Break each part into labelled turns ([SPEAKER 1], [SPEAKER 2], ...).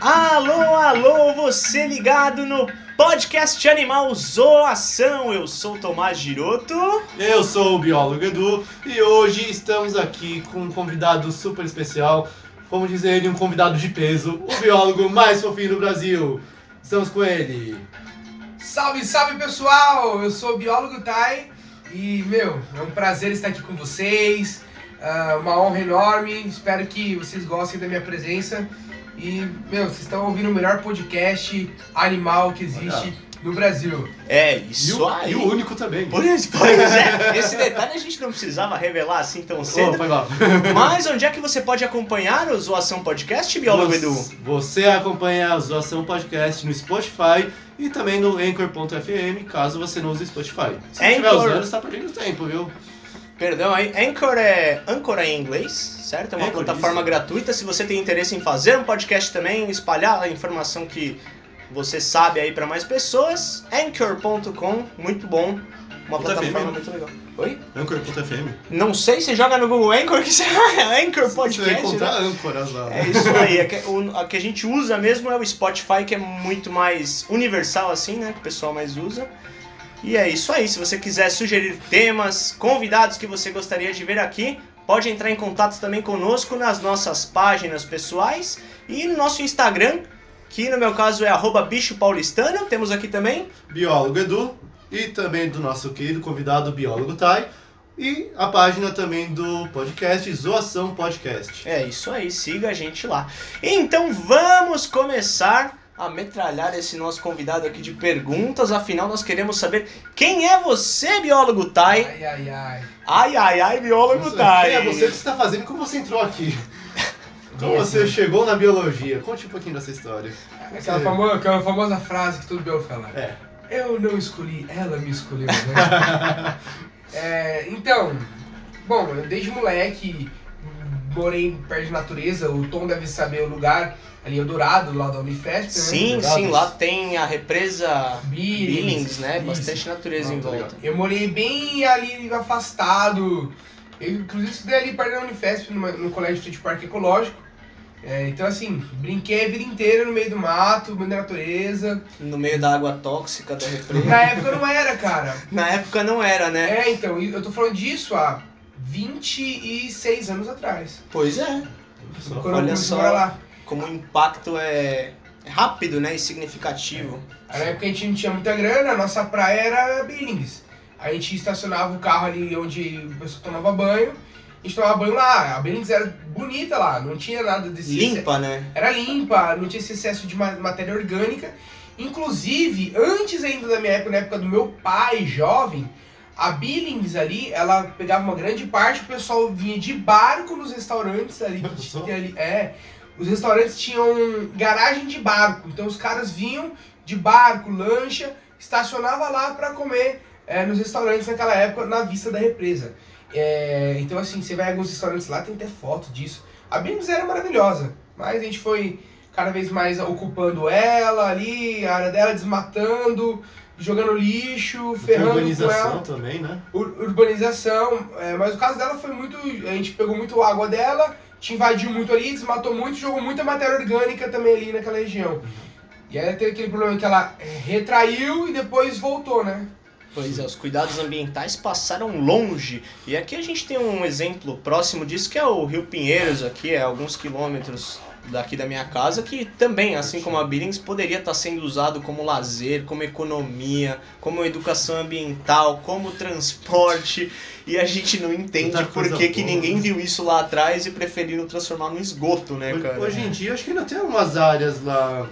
[SPEAKER 1] Alô, alô, você ligado no podcast Animal Zoação. Eu sou o Tomás Giroto.
[SPEAKER 2] Eu sou o biólogo Edu e hoje estamos aqui com um convidado super especial, vamos dizer ele um convidado de peso, o biólogo mais fofinho do Brasil. Estamos com ele.
[SPEAKER 3] Salve, salve pessoal! Eu sou o biólogo Tai e, meu, é um prazer estar aqui com vocês. Ah, uma honra enorme. Espero que vocês gostem da minha presença. E, meu, vocês estão ouvindo o melhor podcast animal que existe no Brasil.
[SPEAKER 1] É,
[SPEAKER 2] E
[SPEAKER 1] isso
[SPEAKER 2] o,
[SPEAKER 1] aí.
[SPEAKER 2] e o único também.
[SPEAKER 1] Pois, pois é, esse detalhe a gente não precisava revelar assim tão
[SPEAKER 2] Oh,
[SPEAKER 1] cedo.
[SPEAKER 2] foi mal.
[SPEAKER 1] Mas onde é que você pode acompanhar o Zoação Podcast, biólogo
[SPEAKER 2] Você-
[SPEAKER 1] Edu?
[SPEAKER 2] Você acompanha a Zoação Podcast no Spotify e também no Anchor.fm, caso você não use Spotify. Se não estiver
[SPEAKER 1] Anchor.
[SPEAKER 2] usando, está perdendo tempo, viu?
[SPEAKER 1] Perdão aí, Anchor é, Anchor é em inglês, certo? É uma
[SPEAKER 2] Anchor,
[SPEAKER 1] plataforma
[SPEAKER 2] isso.
[SPEAKER 1] gratuita. Se você tem interesse em fazer um podcast também, espalhar a informação que você sabe aí para mais pessoas, anchor.com, muito bom. Uma
[SPEAKER 2] Puta é
[SPEAKER 1] plataforma
[SPEAKER 2] firme. né?
[SPEAKER 1] muito legal. Oi?
[SPEAKER 2] Anchor.fm.
[SPEAKER 1] Não sei, você joga no Google Anchor que você Anchor
[SPEAKER 2] Você vai
[SPEAKER 1] Podcast. né?
[SPEAKER 2] encontrar âncoras lá.
[SPEAKER 1] É isso aí. A que, o- a que a gente usa mesmo é o Spotify, que é muito mais universal assim, né? Que o pessoal mais usa. E é isso aí. Se você quiser sugerir temas, convidados que você gostaria de ver aqui, pode entrar em contato também conosco nas nossas páginas pessoais e no nosso Instagram, que no meu caso é arroba bicho paulistano. Temos aqui também.
[SPEAKER 2] biólogo Edu e também do nosso querido convidado biólogo Tai e a página também do podcast Zoação Podcast.
[SPEAKER 1] É isso aí, siga a gente lá. Então vamos começar a metralhar esse nosso convidado aqui de perguntas. Afinal, nós queremos saber quem é você, biólogo Tai?
[SPEAKER 3] Ai, ai, ai.
[SPEAKER 1] Ai, ai, ai, biólogo
[SPEAKER 2] Você-
[SPEAKER 1] Tai.
[SPEAKER 2] Quem é você O que você está fazendo? Como você entrou aqui? Como
[SPEAKER 1] assim?
[SPEAKER 2] você chegou na biologia? Conte um pouquinho dessa história.
[SPEAKER 3] Aquela famosa, aquela famosa frase que todo biólogo fala.
[SPEAKER 2] É.
[SPEAKER 3] Eu não escolhi, ela me escolheu, né? É, então, bom, eu desde moleque morei perto de natureza, o Tom deve saber o lugar, ali é o Dourado, lá da Unifesp, né?
[SPEAKER 1] Sim, sim, lá tem a represa Billings, né?
[SPEAKER 3] isso.
[SPEAKER 1] Bastante natureza em
[SPEAKER 2] Não, tá
[SPEAKER 1] volta.
[SPEAKER 3] Eu morei bem ali afastado. Eu, inclusive, estudei ali perto da Unifesp, numa- no Colégio de Parque Ecológico. É, então, assim, brinquei a vida inteira no meio do mato, no meio da natureza.
[SPEAKER 1] No meio da água tóxica da represa.
[SPEAKER 3] Na época não era, cara.
[SPEAKER 1] Na época não era, né?
[SPEAKER 3] É, então, eu tô falando disso há 26 anos atrás.
[SPEAKER 1] Pois é.
[SPEAKER 2] Só-
[SPEAKER 3] Quando eu
[SPEAKER 1] Olha
[SPEAKER 3] comecei
[SPEAKER 1] só.
[SPEAKER 3] a morar lá.
[SPEAKER 1] Como o impacto é rápido, né? E significativo.
[SPEAKER 3] Aí, Na época a gente não tinha muita grana, a nossa praia era Billings. A gente estacionava o carro ali onde o pessoal tomava banho, a gente tomava banho lá. A Billings era bonita lá, não tinha nada desse.
[SPEAKER 1] Limpa, né?
[SPEAKER 3] Era limpa, não tinha esse excesso de ma- matéria orgânica. Inclusive, antes ainda da minha época, na época do meu pai jovem, a Billings ali, ela pegava uma grande parte, o pessoal vinha de barco nos restaurantes ali. Que
[SPEAKER 2] Só?
[SPEAKER 3] tinha ali é, os restaurantes tinham garagem de barco, então os caras vinham de barco, lancha, estacionava lá para comer é, nos restaurantes naquela época, na vista da represa. É, então assim, você vai em alguns restaurantes lá, tem até foto disso. A Billings era maravilhosa, mas a gente foi cada vez mais ocupando ela ali, a área dela, desmatando, jogando lixo,
[SPEAKER 2] Tem
[SPEAKER 3] ferrando com ela.
[SPEAKER 2] urbanização também, né?
[SPEAKER 3] Ur- urbanização, é, mas o caso dela foi muito. A gente pegou muito água dela, te invadiu muito ali, desmatou muito, jogou muita matéria orgânica também ali naquela
[SPEAKER 2] Uhum.
[SPEAKER 3] região. E aí teve aquele problema que ela é, retraiu e depois voltou, né?
[SPEAKER 1] Pois é, os cuidados ambientais passaram longe. E aqui a gente tem um exemplo próximo disso, que é o Rio Pinheiros, aqui, é alguns quilômetros daqui da minha casa, que também, assim como a Billings, poderia estar sendo usado como lazer, como economia, como educação ambiental, como transporte. E a gente não entende
[SPEAKER 2] Tanta
[SPEAKER 1] por
[SPEAKER 2] coisa
[SPEAKER 1] que, que
[SPEAKER 2] boa,
[SPEAKER 1] ninguém
[SPEAKER 2] né?
[SPEAKER 1] viu isso lá atrás e preferiram transformar num esgoto, né, cara?
[SPEAKER 2] Hoje em dia, acho que ainda tem algumas áreas lá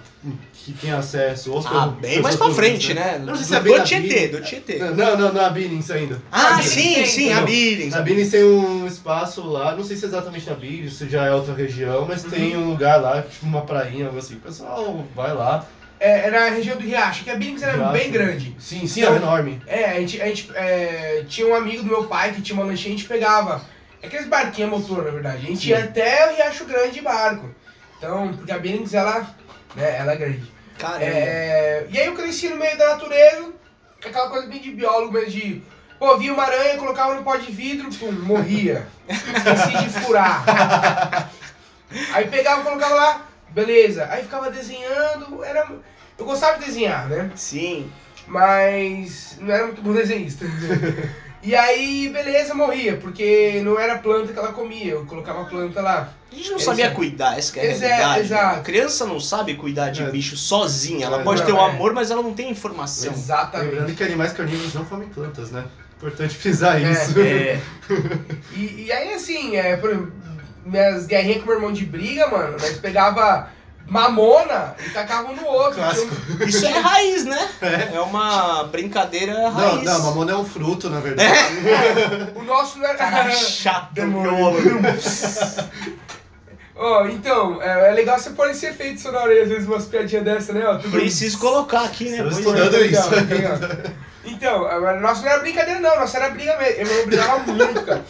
[SPEAKER 2] que tem acesso. aos
[SPEAKER 1] ah,
[SPEAKER 2] pe-
[SPEAKER 1] bem mais pra
[SPEAKER 2] pessoas
[SPEAKER 1] frente,
[SPEAKER 2] públicas,
[SPEAKER 1] né?
[SPEAKER 2] Não sei se
[SPEAKER 1] do,
[SPEAKER 2] é bem
[SPEAKER 1] do
[SPEAKER 2] na
[SPEAKER 1] Tietê,
[SPEAKER 2] Billings.
[SPEAKER 1] do Tietê.
[SPEAKER 2] Não, não, na Billings ainda.
[SPEAKER 1] Ah,
[SPEAKER 3] Na
[SPEAKER 1] sim,
[SPEAKER 3] Billings,
[SPEAKER 1] sim, a
[SPEAKER 2] não.
[SPEAKER 1] Billings.
[SPEAKER 2] Na Billings tem um espaço lá, não sei se é exatamente na Billings, se já é outra região,
[SPEAKER 1] Uhum.
[SPEAKER 2] mas tem um lugar lá, tipo uma prainha, algo assim. O pessoal vai lá.
[SPEAKER 3] É, era a região do Riacho, que a Billings era
[SPEAKER 2] Riacho.
[SPEAKER 3] bem grande.
[SPEAKER 2] Sim, sim,
[SPEAKER 1] Então,
[SPEAKER 2] é enorme.
[SPEAKER 3] É, a gente, a gente é, tinha um amigo do meu pai que tinha uma lanchinha, a gente pegava. Aqueles barquinhos a motor, na verdade. A gente
[SPEAKER 2] Sim.
[SPEAKER 3] ia até o Riacho Grande de barco. Então, porque a Billings, ela, né, ela é grande.
[SPEAKER 1] Caramba.
[SPEAKER 3] É, e aí eu cresci no meio da natureza, aquela coisa bem de biólogo mesmo, de pô, via uma aranha, colocava no pó de vidro, pum, morria. Esqueci de furar. Aí pegava, colocava lá, Beleza. Aí ficava desenhando, era... Eu gostava de desenhar, né?
[SPEAKER 1] Sim.
[SPEAKER 3] mas não era muito bom desenhista. e aí, beleza, morria, porque não era a planta que ela comia, eu colocava a planta lá.
[SPEAKER 1] A gente não
[SPEAKER 3] Exato.
[SPEAKER 1] sabia cuidar, essa que é a
[SPEAKER 3] Exato,
[SPEAKER 1] realidade.
[SPEAKER 3] exato.
[SPEAKER 1] A criança não sabe cuidar de
[SPEAKER 2] É.
[SPEAKER 1] bicho sozinha. Ela
[SPEAKER 2] É,
[SPEAKER 1] pode
[SPEAKER 3] não,
[SPEAKER 1] ter o
[SPEAKER 3] é.
[SPEAKER 1] amor, mas ela não tem informação.
[SPEAKER 3] Exatamente.
[SPEAKER 2] Lembrando que animais carnívoros não comem plantas, né? Importante frisar
[SPEAKER 3] É,
[SPEAKER 2] isso.
[SPEAKER 1] É.
[SPEAKER 3] E, e aí, assim, é, por exemplo, minhas guerrinhas com meu irmão de briga, mano, nós pegava mamona e tacava um no outro.
[SPEAKER 2] Clássico.
[SPEAKER 1] Isso é raiz, né?
[SPEAKER 2] É.
[SPEAKER 1] É uma brincadeira
[SPEAKER 2] Não,
[SPEAKER 1] raiz.
[SPEAKER 2] não, mamona é um fruto, na
[SPEAKER 1] É.
[SPEAKER 2] verdade.
[SPEAKER 3] Tinha um- o nosso não era.
[SPEAKER 1] Cara, Tá chato, meu
[SPEAKER 3] Demônio.
[SPEAKER 1] amor.
[SPEAKER 3] Ó, então, é, é legal você pôr esse efeito sonoro aí, às vezes umas piadinhas dessa, né? ó, tudo-
[SPEAKER 1] Preciso colocar aqui, né?
[SPEAKER 2] Estou
[SPEAKER 1] Pois é.
[SPEAKER 2] estudando
[SPEAKER 3] Legal,
[SPEAKER 2] isso.
[SPEAKER 3] legal. Então, agora, nossa não era brincadeira não, nossa era briga mesmo. Eu não brigava muito, cara.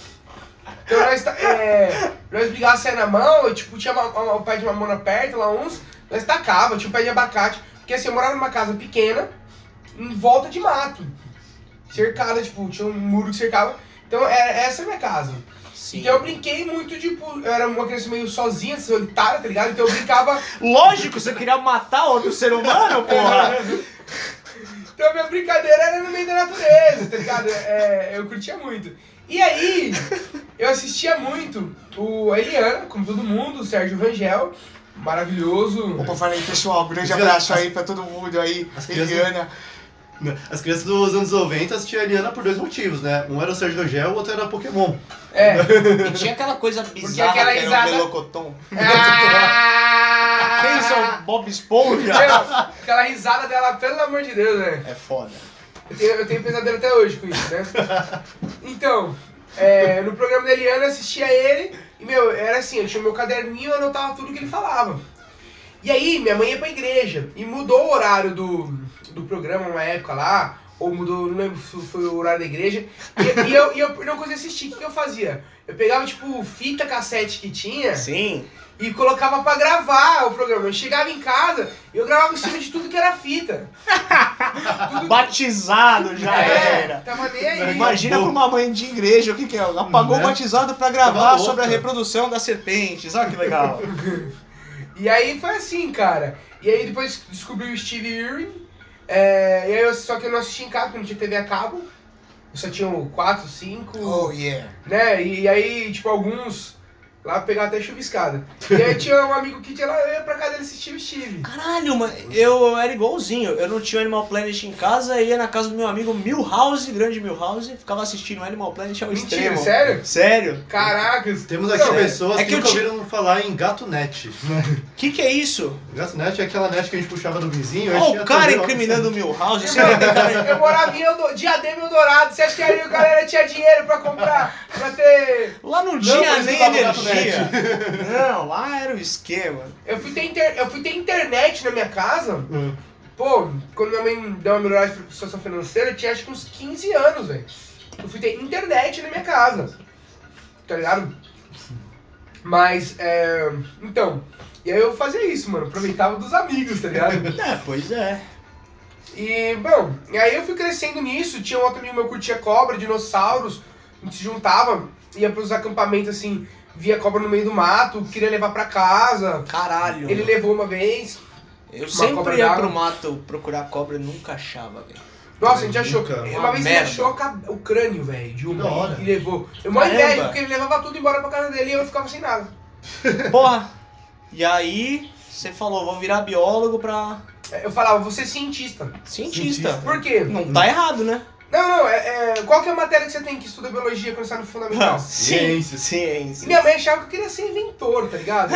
[SPEAKER 3] Então nós, ta- é, nós brigava saia na mão, e tipo, tinha ma- ma- o pé de mamona perto, lá uns, nós tacava, tinha um pé de abacate. Porque assim, eu morava numa casa pequena, em volta de mato. Cercada, tipo, tinha um muro que cercava. Então era, essa é a minha casa.
[SPEAKER 1] Sim.
[SPEAKER 3] Então eu brinquei muito, tipo, eu era uma criança meio sozinha, solitária, tá ligado? Então eu brincava
[SPEAKER 1] Lógico, você queria matar outro ser humano, porra!
[SPEAKER 3] Então minha brincadeira era no meio da natureza, tá ligado? É, eu curtia muito. E aí, eu assistia muito o a Eliana, como todo mundo, o Sérgio Rangel, maravilhoso.
[SPEAKER 4] Opa, fala aí, pessoal. Um grande abraço aí pra todo mundo aí.
[SPEAKER 2] As crianças-
[SPEAKER 4] Eliana.
[SPEAKER 2] As crianças dos anos 90 assistiam a Eliana por dois motivos, né? Um era o Sérgio Rangel, o outro era Pokémon.
[SPEAKER 3] É.
[SPEAKER 1] E tinha aquela coisa bizarra
[SPEAKER 3] aquela
[SPEAKER 1] que era
[SPEAKER 3] risada-
[SPEAKER 1] o melocotom.
[SPEAKER 3] Ah!
[SPEAKER 1] Quem são Bob Esponja?
[SPEAKER 3] Meu, aquela risada dela, pelo amor de Deus, né?
[SPEAKER 1] É foda.
[SPEAKER 3] Eu tenho, eu tenho pesadelo até hoje com isso, né? Então, é, no programa da Eliana eu assistia ele e, meu, era assim, eu tinha meu caderninho e eu anotava tudo que ele falava. E aí, minha mãe ia pra igreja e mudou o horário do, do programa uma época lá, ou mudou, não lembro se foi o horário da igreja, e, e eu, e eu não conseguia assistir, o que, que eu fazia? Eu pegava, tipo, fita cassete que tinha
[SPEAKER 1] Sim.
[SPEAKER 3] e colocava pra gravar o programa. Eu chegava em casa e eu gravava em cima de tudo que era fita. Tudo-
[SPEAKER 1] Batizado já
[SPEAKER 3] é,
[SPEAKER 1] era.
[SPEAKER 3] tava nem aí.
[SPEAKER 1] Imagina pra uma mãe de igreja, o que que é? Ela pagou
[SPEAKER 2] Né?
[SPEAKER 1] o batizado pra gravar
[SPEAKER 2] Tava
[SPEAKER 1] sobre a
[SPEAKER 2] louca.
[SPEAKER 1] reprodução das serpentes. Olha que legal.
[SPEAKER 3] E aí foi assim, cara. E aí depois descobri o Steve Irwin. É, e aí eu, só que eu não assisti em casa, porque não tinha TV a cabo. Eu só tinha o 4, 5,
[SPEAKER 4] Oh, yeah.
[SPEAKER 3] né? E, aí, tipo, alguns lá pegaram até chuviscada. E aí tinha um amigo que tinha lá, eu ia pra casa dele assistir o Steve.
[SPEAKER 1] Caralho, mano, eu era igualzinho. Eu não tinha Animal Planet em casa, ia na casa do meu amigo Milhouse, grande Milhouse, ficava assistindo Animal Planet ao
[SPEAKER 3] Mentira,
[SPEAKER 1] extremo.
[SPEAKER 3] sério?
[SPEAKER 1] Sério?
[SPEAKER 3] Caracas.
[SPEAKER 2] Temos aqui
[SPEAKER 3] Não,
[SPEAKER 2] pessoas
[SPEAKER 1] é
[SPEAKER 2] que,
[SPEAKER 1] que eu
[SPEAKER 2] nunca
[SPEAKER 1] ti-
[SPEAKER 2] ouviram falar em gato net.
[SPEAKER 1] Que que é isso?
[SPEAKER 2] Gato net é aquela net que a gente puxava do vizinho. a gente
[SPEAKER 1] Olha
[SPEAKER 2] ia
[SPEAKER 1] o cara
[SPEAKER 2] também lá-
[SPEAKER 1] incriminando o Milhouse. Você não tem cara é-
[SPEAKER 3] Eu, eu morava em Eldo, Diadema e Eldorado. Você acha que aí o galera tinha dinheiro pra comprar, pra ter
[SPEAKER 1] Lá não
[SPEAKER 2] por
[SPEAKER 1] tinha
[SPEAKER 2] isso
[SPEAKER 1] nem
[SPEAKER 2] que tava gato
[SPEAKER 1] energia. Não, lá era o esquema.
[SPEAKER 3] Eu fui, ter inter- eu fui ter internet na minha casa.
[SPEAKER 2] Hum.
[SPEAKER 3] Pô, quando minha mãe deu uma melhorada de situação financeira, eu tinha acho que uns 15 anos, velho. Eu fui ter internet na minha casa. Tá ligado? Mas, é. Então. E aí eu fazia isso, mano. Aproveitava dos amigos, tá ligado?
[SPEAKER 1] É, pois é.
[SPEAKER 3] E, bom, e aí eu fui crescendo nisso. Tinha um outro amigo meu que curtia cobra, dinossauros. A gente se juntava, ia pros acampamentos assim, via cobra no meio do mato, queria levar pra casa.
[SPEAKER 1] Caralho.
[SPEAKER 3] Ele levou uma vez.
[SPEAKER 1] Eu
[SPEAKER 3] cobra
[SPEAKER 1] sempre ia
[SPEAKER 3] d'água.
[SPEAKER 1] pro mato procurar cobra e nunca achava, velho.
[SPEAKER 3] Nossa, a gente achou.
[SPEAKER 2] Nunca.
[SPEAKER 3] Uma
[SPEAKER 1] Uma
[SPEAKER 3] vez ele
[SPEAKER 1] merda.
[SPEAKER 3] achou a cabe- o crânio, velho, de
[SPEAKER 2] Da
[SPEAKER 3] uma
[SPEAKER 2] hora.
[SPEAKER 3] e levou. Eu mó
[SPEAKER 1] Caramba.
[SPEAKER 3] velho, porque ele levava tudo embora pra casa dele e eu ficava sem nada.
[SPEAKER 1] Porra. E aí, você falou, vou virar biólogo pra
[SPEAKER 3] Eu falava, você é cientista.
[SPEAKER 1] cientista.
[SPEAKER 2] Cientista.
[SPEAKER 3] Por quê?
[SPEAKER 1] Não tá errado, né?
[SPEAKER 3] Não, não, é, é- qual que é a matéria que você tem que estuda biologia quando você tá no fundamental?
[SPEAKER 1] Ciência.
[SPEAKER 3] E
[SPEAKER 1] Ciência.
[SPEAKER 3] minha mãe achava que eu queria ser inventor, tá ligado?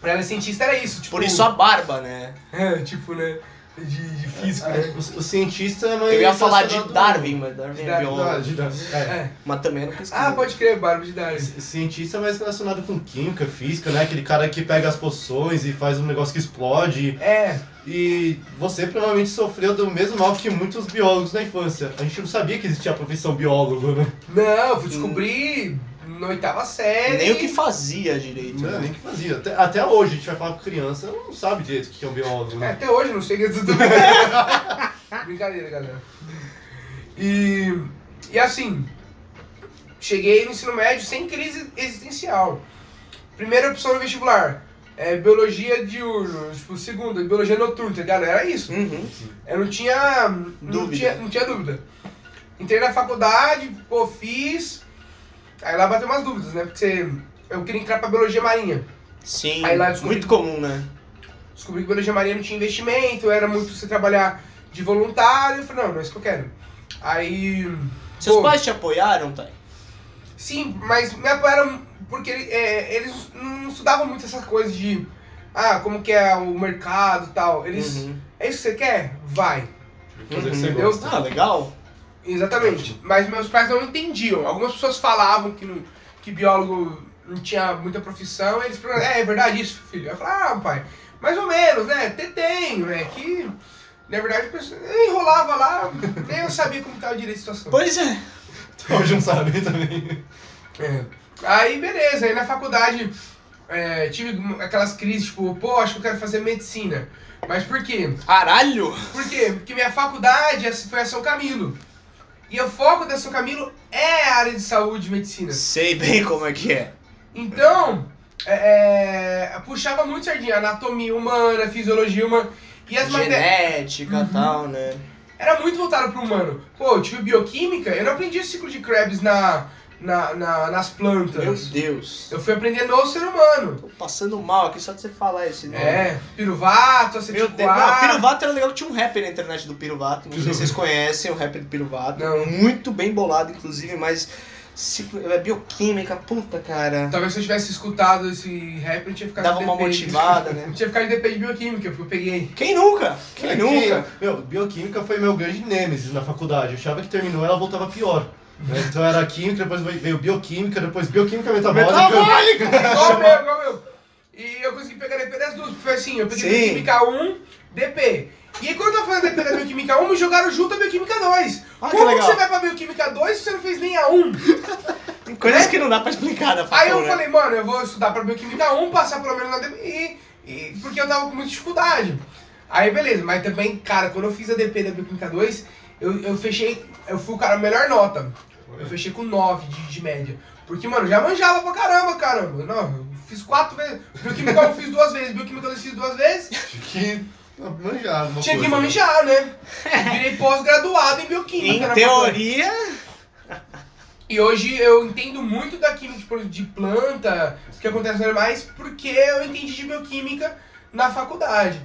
[SPEAKER 3] pra ela, cientista era isso, tipo.
[SPEAKER 1] Por isso a barba, né?
[SPEAKER 3] É, tipo, né? De, de física, né?
[SPEAKER 2] É, O, o cientista, mas.
[SPEAKER 1] Eu ia falar de
[SPEAKER 2] relacionado-
[SPEAKER 1] Darwin, mas Darwin
[SPEAKER 3] Darwin,
[SPEAKER 1] é
[SPEAKER 2] Ah,
[SPEAKER 1] biólogo.
[SPEAKER 2] de Darwin. É.
[SPEAKER 3] É.
[SPEAKER 1] Mas também eu não pesquisa.
[SPEAKER 3] Ah, pode crer, Barba de Darwin.
[SPEAKER 2] C- Cientista é mais relacionado com química, física, né? Aquele cara que pega as poções e faz um negócio que explode.
[SPEAKER 3] É,
[SPEAKER 2] E você provavelmente sofreu do mesmo mal que muitos biólogos na infância. A gente não sabia que existia a profissão biólogo, né?
[SPEAKER 3] não, eu fui descobrir na oitava série.
[SPEAKER 1] Nem o que fazia direito.
[SPEAKER 2] Não,
[SPEAKER 1] né?
[SPEAKER 2] nem que fazia. Até, até hoje a gente vai falar com criança, não sabe direito o que é um biólogo,
[SPEAKER 3] É,
[SPEAKER 2] né?
[SPEAKER 3] até hoje não sei que é tudo brincadeira. brincadeira, galera. E, e assim, cheguei no ensino médio sem crise existencial. Primeira opção no vestibular, é, biologia diurno, tipo, segunda, biologia noturna, tá ligado? Era isso.
[SPEAKER 1] Uhum.
[SPEAKER 3] Eu não tinha Não
[SPEAKER 1] Dúvida.
[SPEAKER 3] tinha, não tinha dúvida. Entrei na faculdade, pô, fiz. Aí lá bateu umas dúvidas, né? Porque você- eu queria entrar pra biologia marinha.
[SPEAKER 1] Sim,
[SPEAKER 3] Aí lá descobri-
[SPEAKER 1] muito comum, né?
[SPEAKER 3] Descobri que biologia marinha não tinha investimento, era muito você trabalhar de voluntário. Eu falei, não, não é isso que eu quero. Aí.
[SPEAKER 1] Seus
[SPEAKER 3] pô,
[SPEAKER 1] pais te apoiaram, Thay?
[SPEAKER 3] Sim, mas me apoiaram porque é, eles não estudavam muito essa coisa de ah, como que é o mercado e tal. Eles.
[SPEAKER 1] Uhum.
[SPEAKER 3] É isso que você quer? Vai.
[SPEAKER 2] Fazer o que você
[SPEAKER 3] Uhum. Eu-
[SPEAKER 2] gosta.
[SPEAKER 1] Ah, legal.
[SPEAKER 3] Exatamente. Mas meus pais não entendiam. Algumas pessoas falavam que, não- que biólogo não tinha muita profissão, e eles perguntavam, é, é verdade isso, filho? Eu falava, ah, pai, mais ou menos, né? Até tenho, né? Que na verdade a pessoa- eu enrolava lá, nem eu sabia como estava direito a situação.
[SPEAKER 1] Pois é.
[SPEAKER 2] Hoje não sabe também.
[SPEAKER 3] É. Aí, beleza, aí na faculdade é, tive aquelas crises, tipo, pô, acho que eu quero fazer medicina. Mas por quê?
[SPEAKER 1] Caralho!
[SPEAKER 3] Por quê? Porque minha faculdade é- foi a São Camilo. E o foco da São Camilo é a área de saúde e medicina.
[SPEAKER 1] Sei bem como é que é.
[SPEAKER 3] Então, é, é, puxava muito sardinha, anatomia humana, fisiologia humana. E as matérias.
[SPEAKER 1] Genética e tal, né?
[SPEAKER 3] Era muito voltado pro humano. Pô, eu tive bioquímica, eu não aprendi o ciclo de Krebs na, na, na- nas plantas.
[SPEAKER 1] Meu Deus.
[SPEAKER 3] Eu fui aprender no ser humano.
[SPEAKER 1] Tô passando mal aqui só de você falar esse nome.
[SPEAKER 3] É, tipo, ah. piruvato,
[SPEAKER 1] Meu
[SPEAKER 3] acetilcoa.
[SPEAKER 1] Deus. Não, Piruvato era legal que tinha um rapper na internet do Piruvato. Não sei se vocês conhecem o rapper do Piruvato.
[SPEAKER 3] Não.
[SPEAKER 1] Muito bem bolado, inclusive, mas. ciclo- É bioquímica, puta cara.
[SPEAKER 3] Talvez se eu tivesse escutado esse rap, eu tinha ficado
[SPEAKER 1] Dava
[SPEAKER 3] de
[SPEAKER 1] uma
[SPEAKER 3] DP.
[SPEAKER 1] motivada,
[SPEAKER 3] Eu
[SPEAKER 1] né?
[SPEAKER 3] tinha ficado de DP de bioquímica, porque eu peguei.
[SPEAKER 1] Quem nunca? Quem
[SPEAKER 2] É,
[SPEAKER 1] nunca?
[SPEAKER 2] Meu, bioquímica foi meu grande nêmesis na faculdade. Eu achava que terminou, ela voltava pior. né? Então era química, depois veio bioquímica, depois bioquímica
[SPEAKER 3] Tá
[SPEAKER 2] metabólica.
[SPEAKER 3] Igual o meu, igual o meu. E eu consegui pegar DP das duas, porque foi assim, eu peguei
[SPEAKER 1] Sim.
[SPEAKER 3] bioquímica 1, DP. E aí, quando eu tava fazendo DP da bioquímica 1, me jogaram junto a bioquímica 2.
[SPEAKER 1] Ah, que
[SPEAKER 3] Como
[SPEAKER 1] legal.
[SPEAKER 3] você vai pra bioquímica 2 se você não fez nem a 1?
[SPEAKER 1] Tem coisas que não dá pra explicar da
[SPEAKER 3] Aí eu
[SPEAKER 1] faculdade.
[SPEAKER 3] falei, mano, eu vou estudar pra bioquímica 1, passar pelo menos na DP, e, e- porque eu tava com muita dificuldade. Aí beleza, mas também, cara, quando eu fiz a DP da bioquímica 2, eu, eu fechei, eu fui o cara a melhor nota. Eu fechei com 9 de, de média. Porque, mano, eu já manjava pra caramba, caramba. Não, eu fiz quatro vezes. Bioquímica 1 eu fiz duas vezes, bioquímica 2 eu fiz duas vezes.
[SPEAKER 2] Que manjava. uma
[SPEAKER 3] Tinha que
[SPEAKER 2] coisa.
[SPEAKER 3] manjar, né? Eu Virei pós-graduado em bioquímica.
[SPEAKER 1] Em
[SPEAKER 3] na faculdade.
[SPEAKER 1] teoria,
[SPEAKER 3] E hoje eu entendo muito da química tipo, de planta, o que acontece nos animais, porque eu entendi de bioquímica na faculdade.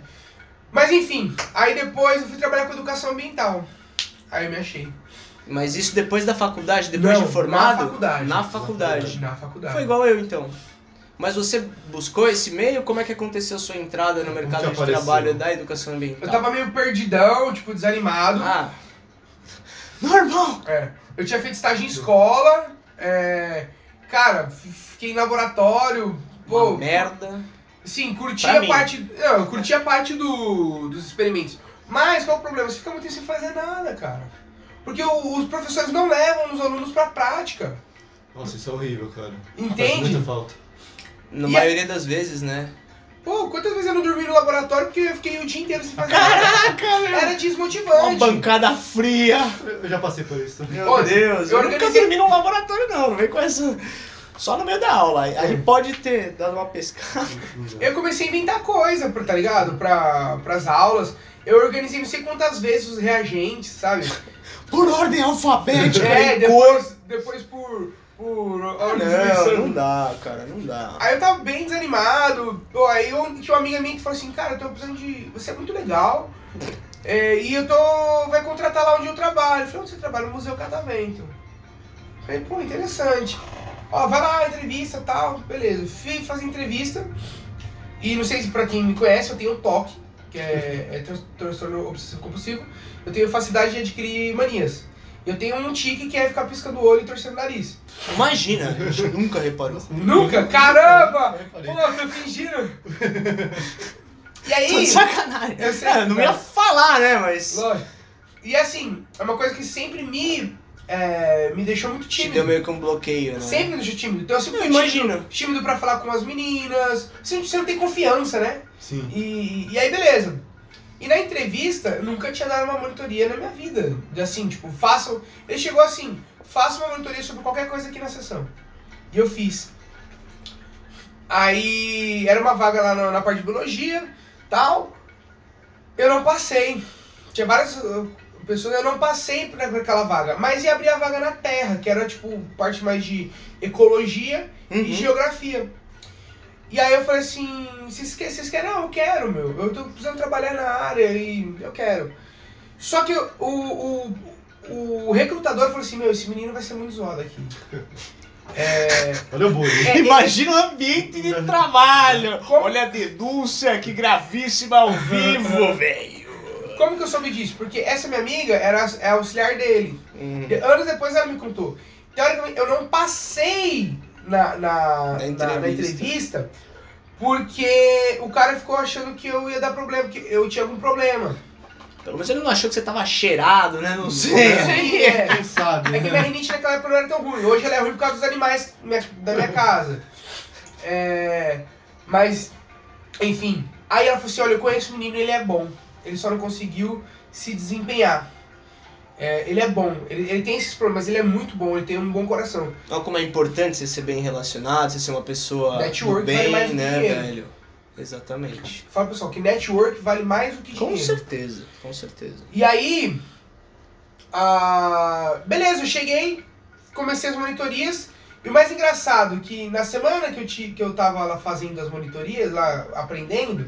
[SPEAKER 3] Mas enfim, aí depois eu fui trabalhar com educação ambiental. Aí eu me achei.
[SPEAKER 1] Mas isso depois da faculdade, depois
[SPEAKER 3] Não,
[SPEAKER 1] de formado?
[SPEAKER 3] Na faculdade.
[SPEAKER 1] Na faculdade.
[SPEAKER 3] Na faculdade.
[SPEAKER 1] Foi igual eu então. Mas você buscou esse meio? Como é que aconteceu a sua entrada no mercado de
[SPEAKER 2] apareceu.
[SPEAKER 1] trabalho da educação ambiental?
[SPEAKER 3] Eu tava meio perdidão, tipo, desanimado.
[SPEAKER 1] Ah. Normal!
[SPEAKER 3] É. Eu tinha feito estágio em escola. é, Cara, f- fiquei em laboratório. Pô,
[SPEAKER 1] Uma merda.
[SPEAKER 3] Sim, curti
[SPEAKER 1] Pra
[SPEAKER 3] a
[SPEAKER 1] mim.
[SPEAKER 3] parte. Não, eu curti a parte do, dos experimentos. Mas qual o problema? Você fica muito sem fazer nada, cara. Porque o- os professores não levam os alunos pra prática.
[SPEAKER 2] Nossa, isso é horrível, cara. Faz
[SPEAKER 3] Entende?
[SPEAKER 2] muita falta.
[SPEAKER 1] Na
[SPEAKER 3] E
[SPEAKER 1] maioria das vezes, né?
[SPEAKER 3] Pô, quantas vezes eu não dormi no laboratório porque eu fiquei o dia inteiro sem fazer
[SPEAKER 1] Caraca,
[SPEAKER 3] nada? Era
[SPEAKER 1] Uma
[SPEAKER 3] desmotivante.
[SPEAKER 1] bancada fria!
[SPEAKER 2] Eu já passei por isso.
[SPEAKER 1] Meu
[SPEAKER 3] Olha,
[SPEAKER 1] Deus,
[SPEAKER 3] eu
[SPEAKER 1] eu, nunca
[SPEAKER 3] organizei-
[SPEAKER 1] dormi num laboratório, não. Não vem com essa. Só no meio da aula. Aí aí
[SPEAKER 3] É.
[SPEAKER 1] pode ter dado uma pescada.
[SPEAKER 3] Eu comecei a inventar coisa, pra- tá ligado? Pra, pras aulas. Eu organizei não sei quantas vezes os reagentes, sabe?
[SPEAKER 1] Por ordem alfabética
[SPEAKER 3] É,
[SPEAKER 1] e Tipo, cor. Ah,
[SPEAKER 3] depois, depois por. por oh, ordem de
[SPEAKER 1] Não,
[SPEAKER 3] distribuição.
[SPEAKER 1] não dá, cara, não dá.
[SPEAKER 3] Aí eu tava bem desanimado. Pô, aí eu tinha uma amiga minha que falou assim, cara, eu tô precisando de. Você é muito legal. é, e eu tô. Vai contratar lá onde eu trabalho. Eu falei, onde você trabalha? No Museu Catavento. Eu falei, pô, interessante. Ó, vai lá, entrevista e tal. Beleza. Fui fazer entrevista. E não sei se pra quem me conhece, eu tenho um toque, que é, é tran- transtorno obsessivo compulsivo. Eu tenho facilidade de adquirir manias. Eu tenho um tique que é ficar piscando o olho e torcendo o nariz.
[SPEAKER 1] Imagina, a gente nunca reparou.
[SPEAKER 3] Nunca? Caramba!
[SPEAKER 2] Eu
[SPEAKER 3] Pô,
[SPEAKER 2] reparei.
[SPEAKER 3] tô fingindo. E aí,
[SPEAKER 1] Tô de sacanagem.
[SPEAKER 3] Eu sei.
[SPEAKER 1] É, eu não ia falar, né? Mas.
[SPEAKER 3] lógico. E assim, é uma coisa que sempre me, é, me deixou muito
[SPEAKER 1] Te
[SPEAKER 3] tímido.
[SPEAKER 1] deu meio que um bloqueio, né?
[SPEAKER 3] Sempre me deixou tímido. Então eu sempre
[SPEAKER 1] Eu
[SPEAKER 3] fui
[SPEAKER 1] imagino.
[SPEAKER 3] tímido, tímido pra falar com as meninas. Você não- você não tem confiança, né?
[SPEAKER 2] Sim.
[SPEAKER 3] E, e aí, beleza. E na entrevista, eu nunca tinha dado uma monitoria na minha vida. De assim, tipo, façam. Ele chegou assim: faça uma monitoria sobre qualquer coisa aqui na sessão. E eu fiz. Aí era uma vaga lá na, na parte de biologia, tal. Eu não passei. Tinha várias uh, pessoas, eu não passei pra aquela vaga. Mas ia abrir a vaga na terra, que era tipo parte mais de ecologia e
[SPEAKER 1] Uhum.
[SPEAKER 3] geografia. E aí eu falei assim, vocês que- vocês querem? Não, eu quero, meu. Eu tô precisando trabalhar na área e eu quero. Só que o, o, o recrutador falou assim, meu, esse menino vai ser muito zoado aqui. É,
[SPEAKER 2] Olha o bullying.
[SPEAKER 3] é,
[SPEAKER 1] Imagina o ambiente de trabalho.
[SPEAKER 3] Como-
[SPEAKER 1] Olha a denúncia, que gravíssima ao vivo, velho.
[SPEAKER 3] como que eu soube disso? Porque essa minha amiga era é auxiliar dele. E Anos depois ela me contou. Teoricamente, eu não passei na, na,
[SPEAKER 1] Na
[SPEAKER 3] na- na
[SPEAKER 1] entrevista.
[SPEAKER 3] entrevista. porque o cara ficou achando que eu ia dar problema, que eu tinha algum problema.
[SPEAKER 1] Pelo menos ele não achou que Então, você tava cheirado, né? Não sei.
[SPEAKER 3] Não sei, é.
[SPEAKER 2] Quem sabe,
[SPEAKER 3] É que minha
[SPEAKER 2] né?
[SPEAKER 3] rinite naquela época não era tão ruim. Hoje ela é ruim por causa dos animais minha- da minha casa. É, mas, enfim. Aí ela falou assim, olha, eu conheço o menino, ele é bom. Ele só não conseguiu se desempenhar. É, ele é bom, ele, ele tem esses problemas, ele é muito bom, ele tem um bom coração.
[SPEAKER 1] Olha como é importante você ser bem relacionado, você ser uma pessoa
[SPEAKER 3] Network
[SPEAKER 1] do
[SPEAKER 3] vale
[SPEAKER 1] bem,
[SPEAKER 3] mais do que
[SPEAKER 1] né,
[SPEAKER 3] dinheiro.
[SPEAKER 1] velho? Exatamente.
[SPEAKER 3] Fala pessoal que network vale mais do que
[SPEAKER 1] Com
[SPEAKER 3] dinheiro.
[SPEAKER 1] certeza, com certeza.
[SPEAKER 3] E aí, ah, beleza, eu cheguei, comecei as monitorias. E o mais engraçado, é que na semana que eu, ti, que eu tava lá fazendo as monitorias, lá aprendendo,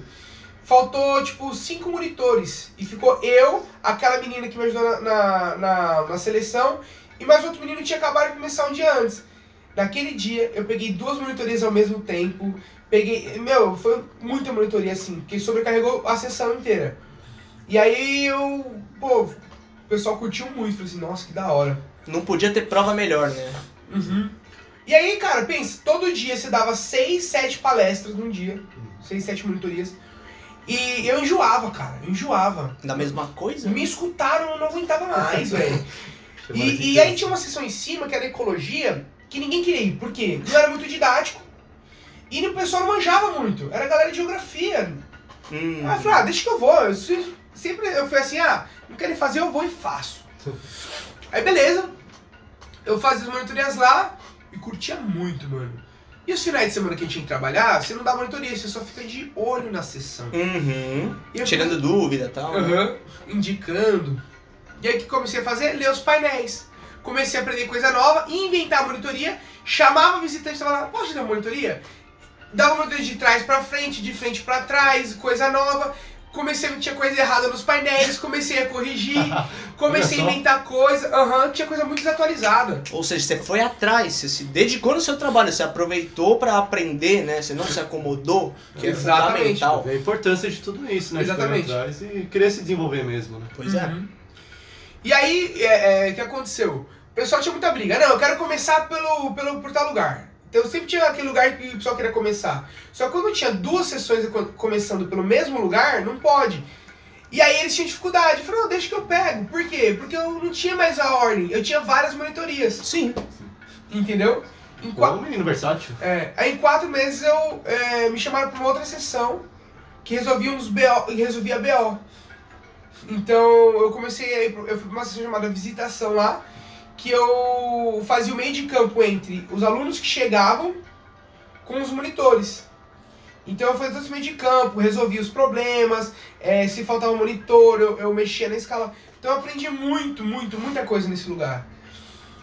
[SPEAKER 3] faltou, tipo, cinco monitores. E ficou eu, aquela menina que me ajudou na, na, na- na seleção, e mais outro menino que tinha acabado de começar um dia antes. Naquele dia, eu peguei duas monitorias ao mesmo tempo. Peguei. Meu, foi muita monitoria assim, porque sobrecarregou a sessão inteira. E aí eu, pô, o pessoal curtiu muito, falei assim, nossa, que da hora.
[SPEAKER 1] Não podia ter prova melhor, né?
[SPEAKER 3] E aí, cara, pensa, todo dia você dava seis, sete palestras num dia, seis, sete monitorias. E eu enjoava, cara, eu enjoava.
[SPEAKER 1] Da mesma coisa?
[SPEAKER 3] Me escutaram, eu não aguentava mais, velho. E, e aí tinha uma sessão em cima, que era ecologia, que ninguém queria ir, por quê? Não era muito didático. E o pessoal não manjava muito, era galera de geografia.
[SPEAKER 1] Hum.
[SPEAKER 3] Aí eu falei, ah, deixa que eu vou. Eu se- sempre eu fui assim, ah, não querem fazer, eu vou e faço. Aí beleza. Eu fazia as monitorias lá e curtia muito, mano. E os finais de semana que a gente tinha que trabalhar, você não dá monitoria, você só fica de olho na sessão.
[SPEAKER 1] Uhum.
[SPEAKER 3] E eu Uhum.
[SPEAKER 1] Tirando dúvida e tal.
[SPEAKER 2] Então,
[SPEAKER 1] né?
[SPEAKER 3] Aham. Indicando. E aí o que comecei a fazer? Ler os painéis. Comecei a aprender coisa nova, inventar a monitoria, chamava o visitante e falava, posso dar uma monitoria? Dava monitoria de trás pra frente, de frente pra trás, coisa nova. Comecei a ver que tinha coisa errada nos painéis, comecei a corrigir, comecei a
[SPEAKER 2] Olha só.
[SPEAKER 3] inventar coisa. Aham, tinha coisa muito desatualizada.
[SPEAKER 1] Ou seja, você foi atrás, você se dedicou no seu trabalho, você aproveitou pra aprender, né? Você não se acomodou, que é
[SPEAKER 3] Exatamente.
[SPEAKER 1] fundamental.
[SPEAKER 2] Vê a importância de tudo isso, né?
[SPEAKER 3] Exatamente.
[SPEAKER 2] De correr atrás e querer se desenvolver mesmo, né?
[SPEAKER 1] Pois é.
[SPEAKER 3] Uhum. E aí, é, é, o que aconteceu? O pessoal tinha muita briga. Não, eu quero começar pelo, pelo, por tal lugar. Então sempre tinha aquele lugar que o pessoal queria começar. Só que quando tinha duas sessões co- começando pelo mesmo lugar, não pode. E aí eles tinham dificuldade. Falaram, não, deixa que eu pego. Por quê? Porque eu não tinha mais a ordem. Eu tinha várias monitorias.
[SPEAKER 1] Sim.
[SPEAKER 3] Entendeu? Em qua-
[SPEAKER 2] Igual um menino versátil.
[SPEAKER 3] é, aí em quatro meses eu é, me chamaram para uma outra sessão que resolvia uns BO, e resolvia BO. Então eu comecei a ir, pro- eu fui para uma sessão chamada visitação lá, que eu fazia o meio de campo entre os alunos que chegavam com os monitores. Então eu fazia todo esse meio de campo, resolvia os problemas, é, se faltava monitor, eu, eu mexia na escala. Então eu aprendi muito, muito, muita coisa nesse lugar.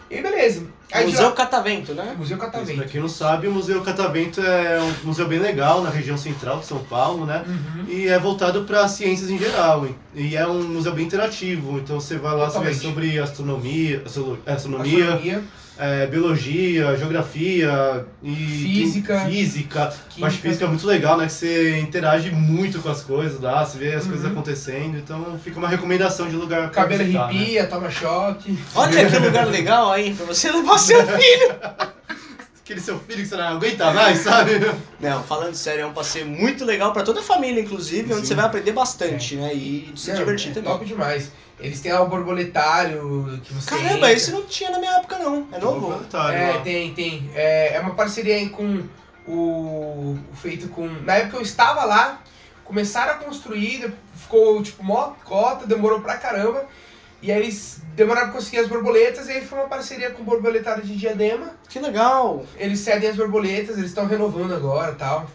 [SPEAKER 3] E beleza. Aí de
[SPEAKER 1] Museu Catavento, né?
[SPEAKER 3] lá,
[SPEAKER 2] Isso,
[SPEAKER 3] Museu
[SPEAKER 2] pra
[SPEAKER 3] Catavento.
[SPEAKER 2] quem não sabe, o Museu Catavento é um museu bem legal na região central de São Paulo, né?
[SPEAKER 3] Uhum.
[SPEAKER 2] E é voltado para ciências em geral. e- E é um museu bem interativo. Então você vai lá saber
[SPEAKER 3] Totalmente.
[SPEAKER 2] sobre astronomia, astro- astronomia,
[SPEAKER 3] astronomia,
[SPEAKER 2] é, biologia, geografia e
[SPEAKER 3] Física.
[SPEAKER 2] física.
[SPEAKER 3] química.
[SPEAKER 2] Parte física é muito legal, né? Que você interage muito com as coisas lá, você vê as
[SPEAKER 3] Uhum.
[SPEAKER 2] coisas acontecendo, então fica uma recomendação de lugar pra
[SPEAKER 3] cabelo
[SPEAKER 2] visitar, né?
[SPEAKER 3] arrepia, toma choque.
[SPEAKER 1] Olha que lugar legal aí, pra você levar seu
[SPEAKER 2] Aquele seu filho que você não aguenta mais, sabe?
[SPEAKER 1] Não, falando sério, é um passeio muito legal pra toda a família, inclusive, onde
[SPEAKER 2] Sim.
[SPEAKER 1] você vai aprender bastante, né? E se
[SPEAKER 3] É. Não,
[SPEAKER 1] divertir
[SPEAKER 3] é
[SPEAKER 1] também.
[SPEAKER 3] Top demais. Eles têm lá o borboletário que você
[SPEAKER 1] Caramba,
[SPEAKER 3] entra.
[SPEAKER 1] esse não tinha na minha época, não. É novo?
[SPEAKER 2] Planetário,
[SPEAKER 3] É,
[SPEAKER 2] ó.
[SPEAKER 3] tem, tem. É, é uma parceria aí com o... o Feito com... Na época eu estava lá, começaram a construir, ficou, tipo, mó cota, demorou pra caramba. E aí eles demoraram pra conseguir as borboletas, e aí foi uma parceria com o borboletário de Diadema.
[SPEAKER 1] Que legal!
[SPEAKER 3] Eles cedem as borboletas, eles estão renovando agora e tal.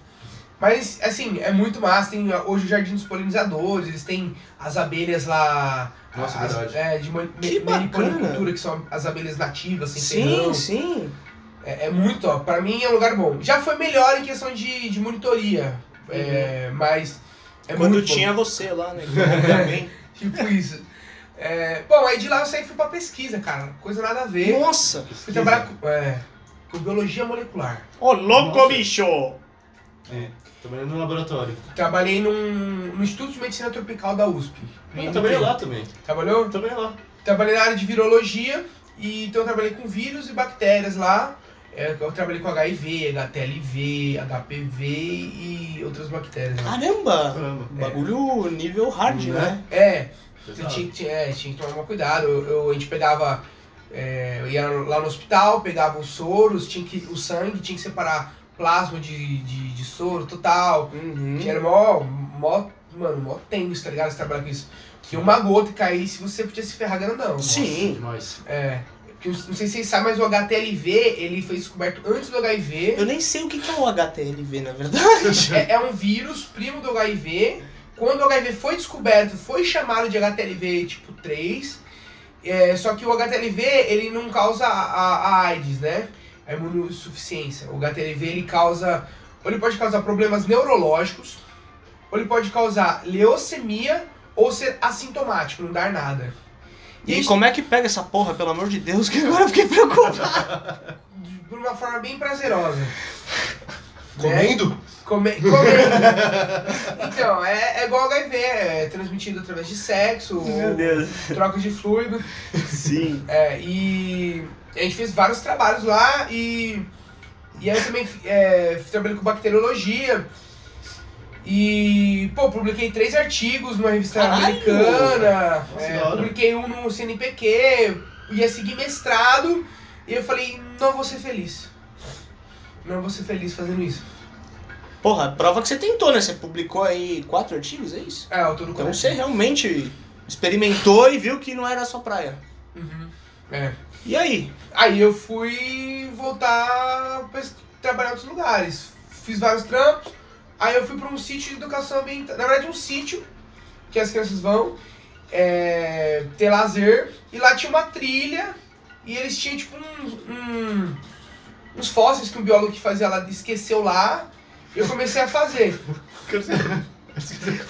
[SPEAKER 3] Mas, assim, é muito massa. Tem hoje o Jardim dos Polinizadores, eles têm as abelhas lá.
[SPEAKER 2] Nossa,
[SPEAKER 3] as,
[SPEAKER 2] verdade.
[SPEAKER 3] é, de mani-
[SPEAKER 1] Que
[SPEAKER 3] mani-
[SPEAKER 1] bacana.
[SPEAKER 3] manicultura, que são as abelhas nativas, sem
[SPEAKER 1] Sim,
[SPEAKER 3] ferrão.
[SPEAKER 1] sim.
[SPEAKER 3] É, é muito, ó. Pra mim é um lugar bom. Já foi melhor em questão de, de monitoria. é, mas. É
[SPEAKER 1] Uhum. Quando
[SPEAKER 3] muito bom.
[SPEAKER 1] tinha você lá, né? que era bem.
[SPEAKER 3] Tipo isso. É, bom, aí de lá eu saí e fui pra pesquisa, cara. Coisa nada a ver.
[SPEAKER 1] Nossa!
[SPEAKER 3] Fui trabalhar com, é, com biologia molecular.
[SPEAKER 1] Ô, louco,
[SPEAKER 2] Nossa.
[SPEAKER 1] Oh, bicho!
[SPEAKER 2] Trabalhando no laboratório.
[SPEAKER 3] Trabalhei num, no Instituto de Medicina Tropical da USP.
[SPEAKER 2] Eu trabalhei lá também.
[SPEAKER 3] Trabalhou?
[SPEAKER 2] Eu trabalhei lá.
[SPEAKER 3] Trabalhei na área de virologia, e, então eu trabalhei com vírus e bactérias lá. É, Eu trabalhei com HIV, HTLV, HPV e outras bactérias. Né?
[SPEAKER 1] Caramba! um
[SPEAKER 2] Caramba.
[SPEAKER 1] Bagulho nível hard,
[SPEAKER 2] Né?
[SPEAKER 1] né?
[SPEAKER 3] É, Você
[SPEAKER 2] Pesado.
[SPEAKER 3] tinha, que- tinha- é, tinha que tomar um cuidado. Eu, eu- a gente pegava. é, eu ia lá no hospital, pegava os soros, tinha que, o sangue, tinha que separar plasma de, de, de soro total.
[SPEAKER 1] Uhum.
[SPEAKER 3] Que era mó, mó. Mano, mó tenso, tá ligado? Você trabalhar com isso. Que uma gota caísse, você podia se ferrar grandão.
[SPEAKER 1] Sim.
[SPEAKER 2] Demais.
[SPEAKER 3] É. Porque eu não sei se vocês sabem, mas o HTLV, ele foi descoberto antes do HIV.
[SPEAKER 1] Eu nem sei o que que é o HTLV, na verdade.
[SPEAKER 3] É, é um vírus primo do HIV. Quando o HIV foi descoberto, foi chamado de HTLV tipo 3. É, só que o HTLV, ele não causa a, a- a AIDS, né? A imunossuficiência. O HTLV, ele causa... Ou ele pode causar problemas neurológicos, ou ele pode causar leucemia, ou ser assintomático, não dar nada. E
[SPEAKER 1] E
[SPEAKER 3] isso-
[SPEAKER 1] como é que pega essa porra, pelo amor de Deus, que agora eu fiquei preocupado.
[SPEAKER 3] de- por uma forma bem prazerosa. Né?
[SPEAKER 2] Comendo?
[SPEAKER 3] Come... Comendo. então, é, é igual HIV, é transmitido através de sexo,
[SPEAKER 1] Deus.
[SPEAKER 3] troca de fluido.
[SPEAKER 1] Sim.
[SPEAKER 3] É, e a gente fez vários trabalhos lá e. E aí eu também é, trabalhei com bacteriologia. E, pô, publiquei três artigos numa revista
[SPEAKER 1] Caralho!
[SPEAKER 3] americana.
[SPEAKER 2] Nossa,
[SPEAKER 3] é,
[SPEAKER 2] da hora.
[SPEAKER 3] publiquei um no CNPq, ia seguir mestrado. E eu falei, não vou ser feliz. Não vou ser feliz fazendo isso.
[SPEAKER 1] Porra, prova que você tentou, né? Você publicou aí quatro artigos, é isso?
[SPEAKER 3] É, eu tô no
[SPEAKER 1] Então
[SPEAKER 3] começo.
[SPEAKER 1] você realmente experimentou e viu que não era a sua praia.
[SPEAKER 3] Uhum. É.
[SPEAKER 1] E aí?
[SPEAKER 3] Aí eu fui voltar pra es- trabalhar em outros lugares. Fiz vários trampos. Aí eu fui pra um sítio de educação ambiental. Na verdade, um sítio que as crianças vão é, ter lazer. E lá tinha uma trilha. E eles tinham tipo uns, um- uns fósseis que um biólogo que fazia lá esqueceu lá. E eu comecei a fazer.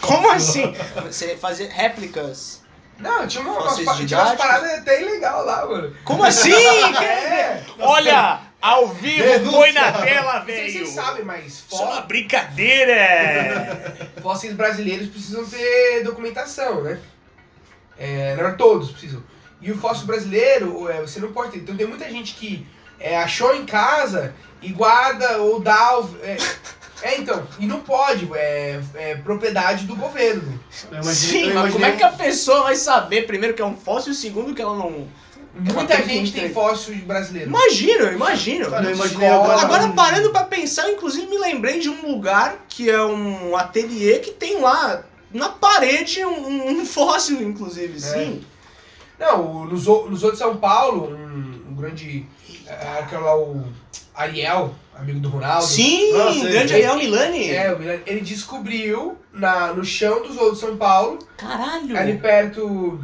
[SPEAKER 1] Como assim? Você fazia réplicas?
[SPEAKER 3] Não, tinha uma, umas,
[SPEAKER 1] Fósseis
[SPEAKER 3] pa- tinha umas
[SPEAKER 1] didáticos?
[SPEAKER 3] paradas até ilegal lá, mano.
[SPEAKER 1] Como assim?
[SPEAKER 3] É,
[SPEAKER 1] Olha, ao vivo,
[SPEAKER 2] Denúncia.
[SPEAKER 1] põe na tela,
[SPEAKER 3] não sei se
[SPEAKER 1] velho.
[SPEAKER 3] vocês sabem, mas
[SPEAKER 1] Isso é
[SPEAKER 3] fósseis.
[SPEAKER 1] uma brincadeira.
[SPEAKER 3] Fósseis brasileiros precisam ter documentação, né? É, na verdade, todos precisam. E o fóssil brasileiro, é, você não pode ter. Então tem muita gente que é, achou em casa e guarda ou dá. o- É, é, então, e não pode, é, é propriedade do governo.
[SPEAKER 2] Eu imaginei-
[SPEAKER 1] Sim,
[SPEAKER 2] eu
[SPEAKER 1] mas como é
[SPEAKER 2] imaginei
[SPEAKER 1] que a pessoa vai saber, primeiro, que é um fóssil e segundo, que ela não...
[SPEAKER 3] Muita
[SPEAKER 1] tem que
[SPEAKER 3] gente tem
[SPEAKER 1] ter.
[SPEAKER 3] fóssil brasileiro.
[SPEAKER 1] Imagino, eu imagino.
[SPEAKER 2] Cara, eu um- imaginei
[SPEAKER 3] Escola.
[SPEAKER 2] agora.
[SPEAKER 1] Agora parando pra pensar, eu, inclusive me lembrei de um lugar que é um ateliê que tem lá na parede um, um fóssil, inclusive, sim.
[SPEAKER 3] Não, o- nos, o- nos outros São Paulo, um, um grande. É, aquele lá, o Ariel, amigo do Ronaldo.
[SPEAKER 1] Sim,
[SPEAKER 2] Ah, sei.
[SPEAKER 1] o grande Ariel Milani.
[SPEAKER 3] É, o Milani- ele descobriu na, no chão dos outros São Paulo
[SPEAKER 1] Caralho.
[SPEAKER 3] ali perto,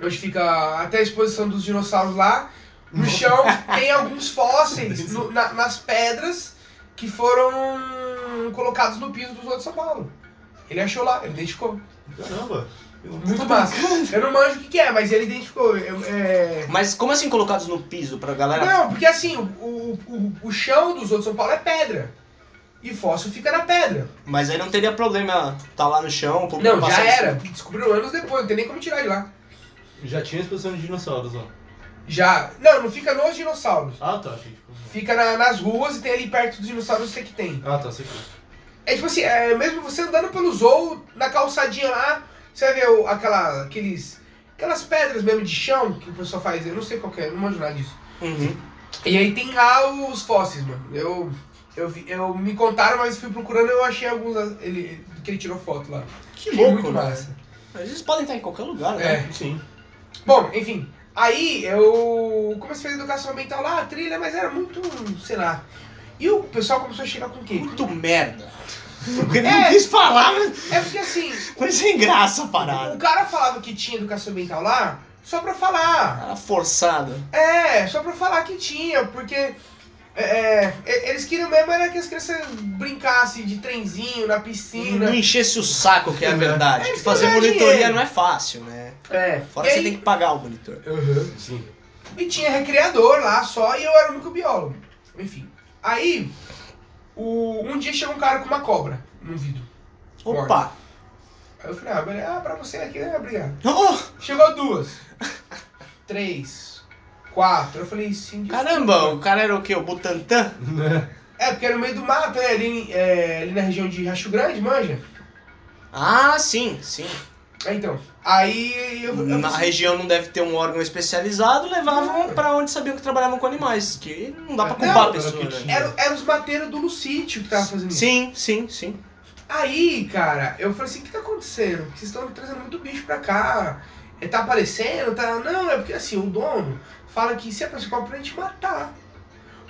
[SPEAKER 3] onde fica até a exposição dos dinossauros lá, no chão tem alguns fósseis no- na- nas pedras que foram colocados no piso dos outros de São Paulo. Ele achou lá, ele identificou.
[SPEAKER 2] Caramba.
[SPEAKER 3] Muito massa. Eu não manjo o que, que é, mas ele identificou. Eu- é-
[SPEAKER 1] Mas como assim colocados no piso pra galera?
[SPEAKER 3] Não, porque assim, o, o, o- o chão dos outros de São Paulo é pedra. E fóssil fica na pedra.
[SPEAKER 1] Mas aí não teria problema tá lá no chão, o público
[SPEAKER 3] Não, já
[SPEAKER 1] passar-
[SPEAKER 3] era. Descobriram anos depois, não tem nem como tirar de lá.
[SPEAKER 2] Já tinha exposição de dinossauros lá.
[SPEAKER 3] Já. Não, não fica nos dinossauros.
[SPEAKER 2] Ah, tá. achei que ficou-
[SPEAKER 3] Fica na- nas ruas e tem ali perto dos dinossauros você que tem.
[SPEAKER 2] Ah, tá, sei que.
[SPEAKER 3] É tipo assim, é, mesmo você andando pelo zoo, na calçadinha lá, você vai ver o- aquela, aqueles, aquelas pedras mesmo de chão que o pessoal faz, eu não sei qual que é, não manjo nada disso.
[SPEAKER 1] Uhum.
[SPEAKER 3] E aí tem lá os fósseis, mano. Eu, eu, vi- eu me contaram, mas fui procurando e eu achei alguns a- ele, que ele tirou foto lá.
[SPEAKER 1] Que
[SPEAKER 3] Achei
[SPEAKER 1] louco,
[SPEAKER 3] muito
[SPEAKER 1] né?
[SPEAKER 3] massa.
[SPEAKER 1] Mas eles podem estar em qualquer lugar, né?
[SPEAKER 3] É.
[SPEAKER 2] Sim.
[SPEAKER 3] Bom, enfim. Aí eu comecei a fazer educação ambiental lá, trilha, mas era muito, sei lá. E o pessoal começou a chegar com o quê?
[SPEAKER 1] Muito merda. Porque ele não
[SPEAKER 3] É.
[SPEAKER 1] quis falar, mas
[SPEAKER 3] É porque assim,
[SPEAKER 1] foi sem graça a
[SPEAKER 3] o
[SPEAKER 1] parada.
[SPEAKER 3] cara falava que tinha educação ambiental lá só pra falar.
[SPEAKER 1] Era forçado.
[SPEAKER 3] É, só pra falar que tinha, porque é, é, e- eles queriam mesmo era que as crianças brincassem de trenzinho na piscina.
[SPEAKER 1] Não enchesse o saco, que né? é a
[SPEAKER 2] É.
[SPEAKER 1] verdade.
[SPEAKER 3] É, isso
[SPEAKER 1] Fazer
[SPEAKER 3] não é
[SPEAKER 1] monitoria
[SPEAKER 3] dinheiro.
[SPEAKER 1] não é fácil, né?
[SPEAKER 3] É.
[SPEAKER 1] Fora que
[SPEAKER 3] e, aí,
[SPEAKER 1] você tem que pagar o monitor.
[SPEAKER 3] Aham.
[SPEAKER 2] Sim.
[SPEAKER 3] e tinha recreador lá só e eu era o único biólogo. Enfim. Aí, o- um dia chegou um cara com uma cobra num vidro.
[SPEAKER 1] Opa!
[SPEAKER 3] Aí eu falei, ah, beleza, ah, pra você aqui, né? Obrigado.
[SPEAKER 1] Oh,
[SPEAKER 3] Chegou duas. três. Quatro. Eu falei, sim. desculpa.
[SPEAKER 1] caramba, o cara era o quê? O Butantan?
[SPEAKER 3] É, porque era no meio do mato, né? Ali, em- é, ali na região de Racho Grande, manja.
[SPEAKER 1] Ah, sim, sim.
[SPEAKER 3] Aí, então. Aí eu, assim, eu
[SPEAKER 1] Na região não deve ter um órgão especializado, levavam pra onde sabiam que trabalhavam com animais, que não dá pra
[SPEAKER 2] Não,
[SPEAKER 1] culpar a
[SPEAKER 2] era o
[SPEAKER 1] pessoa,
[SPEAKER 2] que
[SPEAKER 1] né?
[SPEAKER 2] tinha.
[SPEAKER 3] era, era os mateiros do Lucítio que tava fazendo isso.
[SPEAKER 1] Sim, sim, sim.
[SPEAKER 3] Aí, cara, eu falei assim, o que tá acontecendo? Vocês estão trazendo muito bicho pra cá. É, tá aparecendo, tá. Não, é porque assim, o dono fala que se a pessoa compra pra gente matar.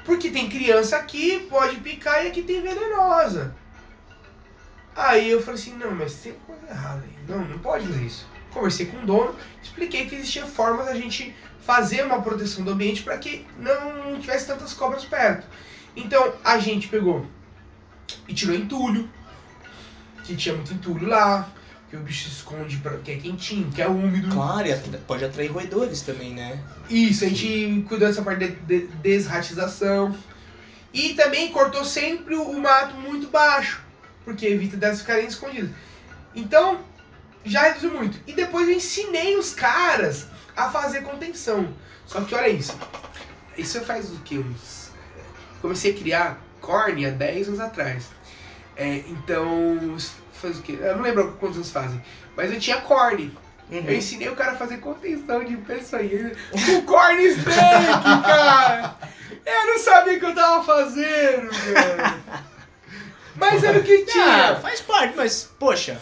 [SPEAKER 3] Porque tem criança aqui, pode picar e aqui tem venenosa. Aí eu falei assim, não, mas tem coisa errada aí. Não, não pode fazer isso. Conversei com o dono, expliquei que existia forma da gente fazer uma proteção do ambiente para que não tivesse tantas cobras perto. Então a gente pegou e tirou entulho, que tinha muito entulho lá, que o bicho se esconde pra, que é quentinho, que é úmido.
[SPEAKER 1] Claro, e atra- pode atrair roedores também, né?
[SPEAKER 3] Isso, a gente cuidou dessa parte de, de desratização. E também cortou sempre o mato muito baixo, porque evita delas ficarem escondidas. Então, já reduziu muito. E depois eu ensinei os caras a fazer contenção. Só que olha isso. Isso faz o que? Uns... eh, Comecei a criar córnea 10 anos atrás. É, então, faz o quê? Eu não lembro quantos anos fazem. Mas eu tinha córnea. Eu
[SPEAKER 1] Uhum.
[SPEAKER 3] ensinei o cara a fazer contenção de pessoa aí. Com corn snake, cara! Eu não sabia o que eu tava fazendo, velho. Mas era o que
[SPEAKER 1] Ah,
[SPEAKER 3] tinha.
[SPEAKER 1] faz parte, mas, poxa,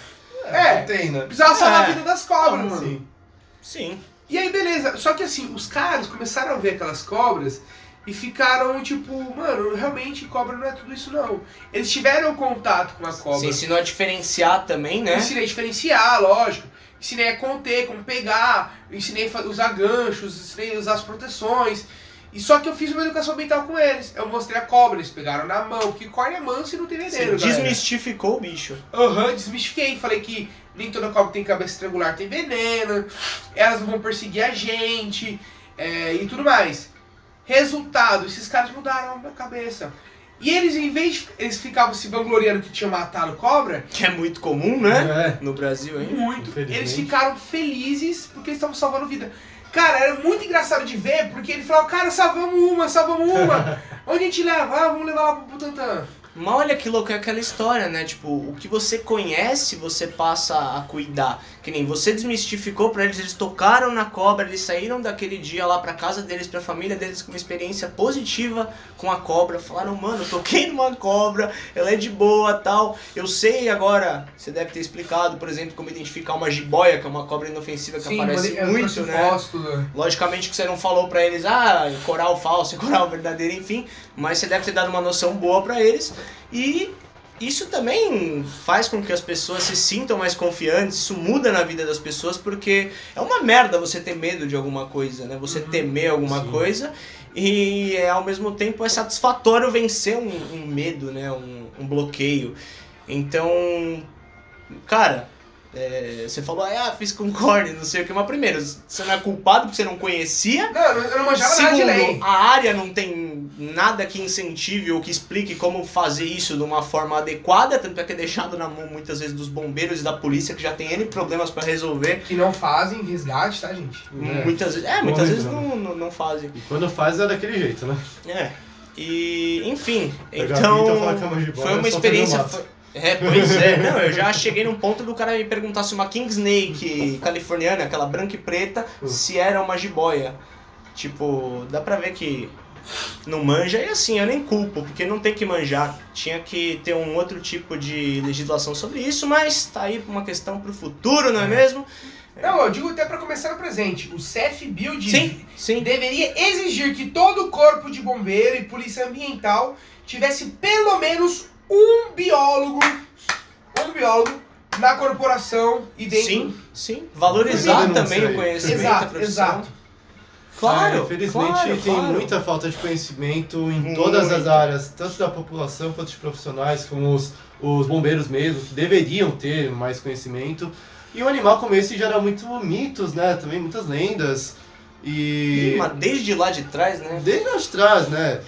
[SPEAKER 3] É,
[SPEAKER 2] Tem, né?
[SPEAKER 3] precisava salvar a
[SPEAKER 1] É.
[SPEAKER 3] vida das cobras, mano.
[SPEAKER 2] Sim.
[SPEAKER 1] sim.
[SPEAKER 3] E aí, beleza. Só que assim, os caras começaram a ver aquelas cobras e ficaram tipo, mano, realmente cobra não é tudo isso, não. Eles tiveram contato com a
[SPEAKER 1] Você
[SPEAKER 3] cobra.
[SPEAKER 1] ensinou a diferenciar também, né?
[SPEAKER 3] Eu ensinei a diferenciar, lógico. Ensinei a conter, como pegar. Eu ensinei a fa- usar ganchos, ensinei a usar as proteções. E só que eu fiz uma educação ambiental com eles. Eu mostrei a cobra, eles pegaram na mão, porque corda é manso e não tem veneno.
[SPEAKER 1] Você
[SPEAKER 3] galera.
[SPEAKER 1] desmistificou o bicho.
[SPEAKER 3] Aham, desmistifiquei. Falei que nem toda cobra que tem cabeça triangular, tem veneno. Elas não vão perseguir a gente é, e tudo mais. Resultado, esses caras mudaram a minha cabeça. E eles, em vez de eles ficavam se vangloriando que tinham matado cobra,
[SPEAKER 1] Que é muito comum, né?
[SPEAKER 2] É.
[SPEAKER 1] No Brasil ainda.
[SPEAKER 3] muito.
[SPEAKER 2] Infelizmente.
[SPEAKER 3] Eles ficaram felizes porque eles estavam salvando vida. Cara, era muito engraçado de ver, porque ele falava, cara, salvamos uma, salvamos uma. Onde a gente leva? Ah, vamos levar lá pro Butantan.
[SPEAKER 1] Mas olha que louco é aquela história, né? Tipo, o que você conhece, você passa a cuidar. Que nem você desmistificou pra eles, eles tocaram na cobra, eles saíram daquele dia lá pra casa deles, pra família deles, com uma experiência positiva com a cobra. Falaram, mano, eu toquei numa cobra, ela é de boa tal. Eu sei agora, você deve ter explicado, por exemplo, como identificar uma jiboia, que é uma cobra inofensiva que aparece
[SPEAKER 3] mandei- eu
[SPEAKER 1] muito,
[SPEAKER 3] trouxe
[SPEAKER 1] né?
[SPEAKER 3] fósforo.
[SPEAKER 1] Logicamente que você não falou pra eles, ah, coral falso, coral verdadeiro, enfim, mas você deve ter dado uma noção boa pra eles. E isso também faz com que as pessoas se sintam mais confiantes, isso muda na vida das pessoas, porque é uma merda você ter medo de alguma coisa, né? Você
[SPEAKER 3] Uhum.
[SPEAKER 1] temer alguma
[SPEAKER 2] Sim.
[SPEAKER 1] coisa e é, ao mesmo tempo é satisfatório vencer um, um medo, né? Um, um bloqueio. Então, cara, é, você falou, ah, fiz com corne, não sei o que, mas primeiro, você não é culpado porque você não conhecia.
[SPEAKER 3] Não, eu não manjava nada de lei.
[SPEAKER 1] Segundo, a área não tem nada que incentive ou que explique como fazer isso de uma forma adequada, tanto é que é deixado na mão muitas vezes dos bombeiros e da polícia que já tem N problemas pra resolver.
[SPEAKER 3] Que não fazem resgate, tá, gente?
[SPEAKER 2] É.
[SPEAKER 1] Muitas vezes, é, muitas
[SPEAKER 2] Bom,
[SPEAKER 1] vezes
[SPEAKER 2] então.
[SPEAKER 1] não, não, não fazem.
[SPEAKER 2] E quando faz é daquele jeito, né?
[SPEAKER 1] É. E, enfim,
[SPEAKER 2] Pegar
[SPEAKER 1] então.
[SPEAKER 2] a pinta, falar que é uma jiboia,
[SPEAKER 1] Foi uma
[SPEAKER 2] é só pegar o
[SPEAKER 1] experiência.
[SPEAKER 2] mato.
[SPEAKER 1] Foi... É, pois é. Não, eu já cheguei num ponto do cara me perguntar se uma King Snake californiana, aquela branca e preta,
[SPEAKER 2] Hum.
[SPEAKER 1] se era uma jiboia. Tipo, dá pra ver que não manja. E assim, eu nem culpo, porque não tem que manjar. Tinha que ter um outro tipo de legislação sobre isso, mas tá aí uma questão pro futuro, não é, mesmo?
[SPEAKER 3] Não, eu digo até pra começar no presente. O CEF Build
[SPEAKER 1] Sim, sim.
[SPEAKER 3] deveria exigir que todo o corpo de bombeiro e polícia ambiental tivesse pelo menos um biólogo, um biólogo na corporação e dentro.
[SPEAKER 1] Sim, sim. Valorizar
[SPEAKER 2] Não
[SPEAKER 1] também
[SPEAKER 2] sei.
[SPEAKER 1] o conhecimento da
[SPEAKER 3] Exato,
[SPEAKER 1] profissão.
[SPEAKER 3] exato.
[SPEAKER 1] Claro,
[SPEAKER 2] Ah, infelizmente
[SPEAKER 1] claro,
[SPEAKER 2] tem
[SPEAKER 1] claro.
[SPEAKER 2] muita falta de conhecimento em
[SPEAKER 1] Muito.
[SPEAKER 2] todas as áreas, tanto da população quanto de profissionais, como os, os bombeiros mesmo, que deveriam ter mais conhecimento. E um animal como esse gera muito mitos, né? Também muitas lendas.
[SPEAKER 1] Ih,
[SPEAKER 2] E.
[SPEAKER 1] Mas desde lá de trás, né?
[SPEAKER 2] Desde lá de trás, né?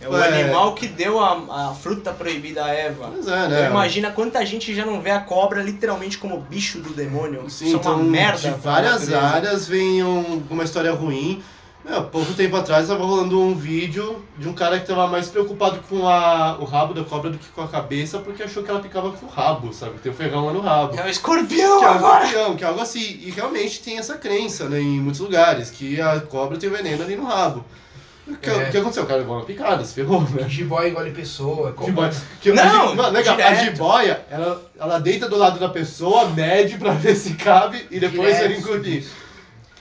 [SPEAKER 1] É o
[SPEAKER 2] É.
[SPEAKER 1] animal que deu a, a fruta proibida a Eva.
[SPEAKER 2] Mas é,
[SPEAKER 1] Então
[SPEAKER 2] né?
[SPEAKER 1] imagina quanta gente já não vê a cobra literalmente como bicho do demônio.
[SPEAKER 2] Sim,
[SPEAKER 1] Isso é
[SPEAKER 2] então,
[SPEAKER 1] uma merda.
[SPEAKER 2] de
[SPEAKER 1] pra
[SPEAKER 2] várias
[SPEAKER 1] natureza.
[SPEAKER 2] áreas vem um- uma história ruim. Meu, pouco tempo atrás estava rolando um vídeo de um cara que estava mais preocupado com a- o rabo da cobra do que com a cabeça, porque achou que ela picava com o rabo, sabe? Tem o ferrão lá no rabo.
[SPEAKER 1] É o escorpião
[SPEAKER 2] Que é algo,
[SPEAKER 1] agora!
[SPEAKER 2] não, que é algo assim. E realmente tem essa crença né, em muitos lugares, que a cobra tem veneno ali no rabo. O que,
[SPEAKER 3] É.
[SPEAKER 2] o que aconteceu? O cara levou uma picada, se ferrou, né?
[SPEAKER 3] Jiboy engole pessoa. como-
[SPEAKER 2] Jiboia. Que-
[SPEAKER 1] Não,
[SPEAKER 2] a, gi- mano, legal, a
[SPEAKER 1] direto.
[SPEAKER 2] jiboia, ela, ela deita do lado da pessoa, mede pra ver se cabe e depois
[SPEAKER 3] Direto.
[SPEAKER 2] ele engolir.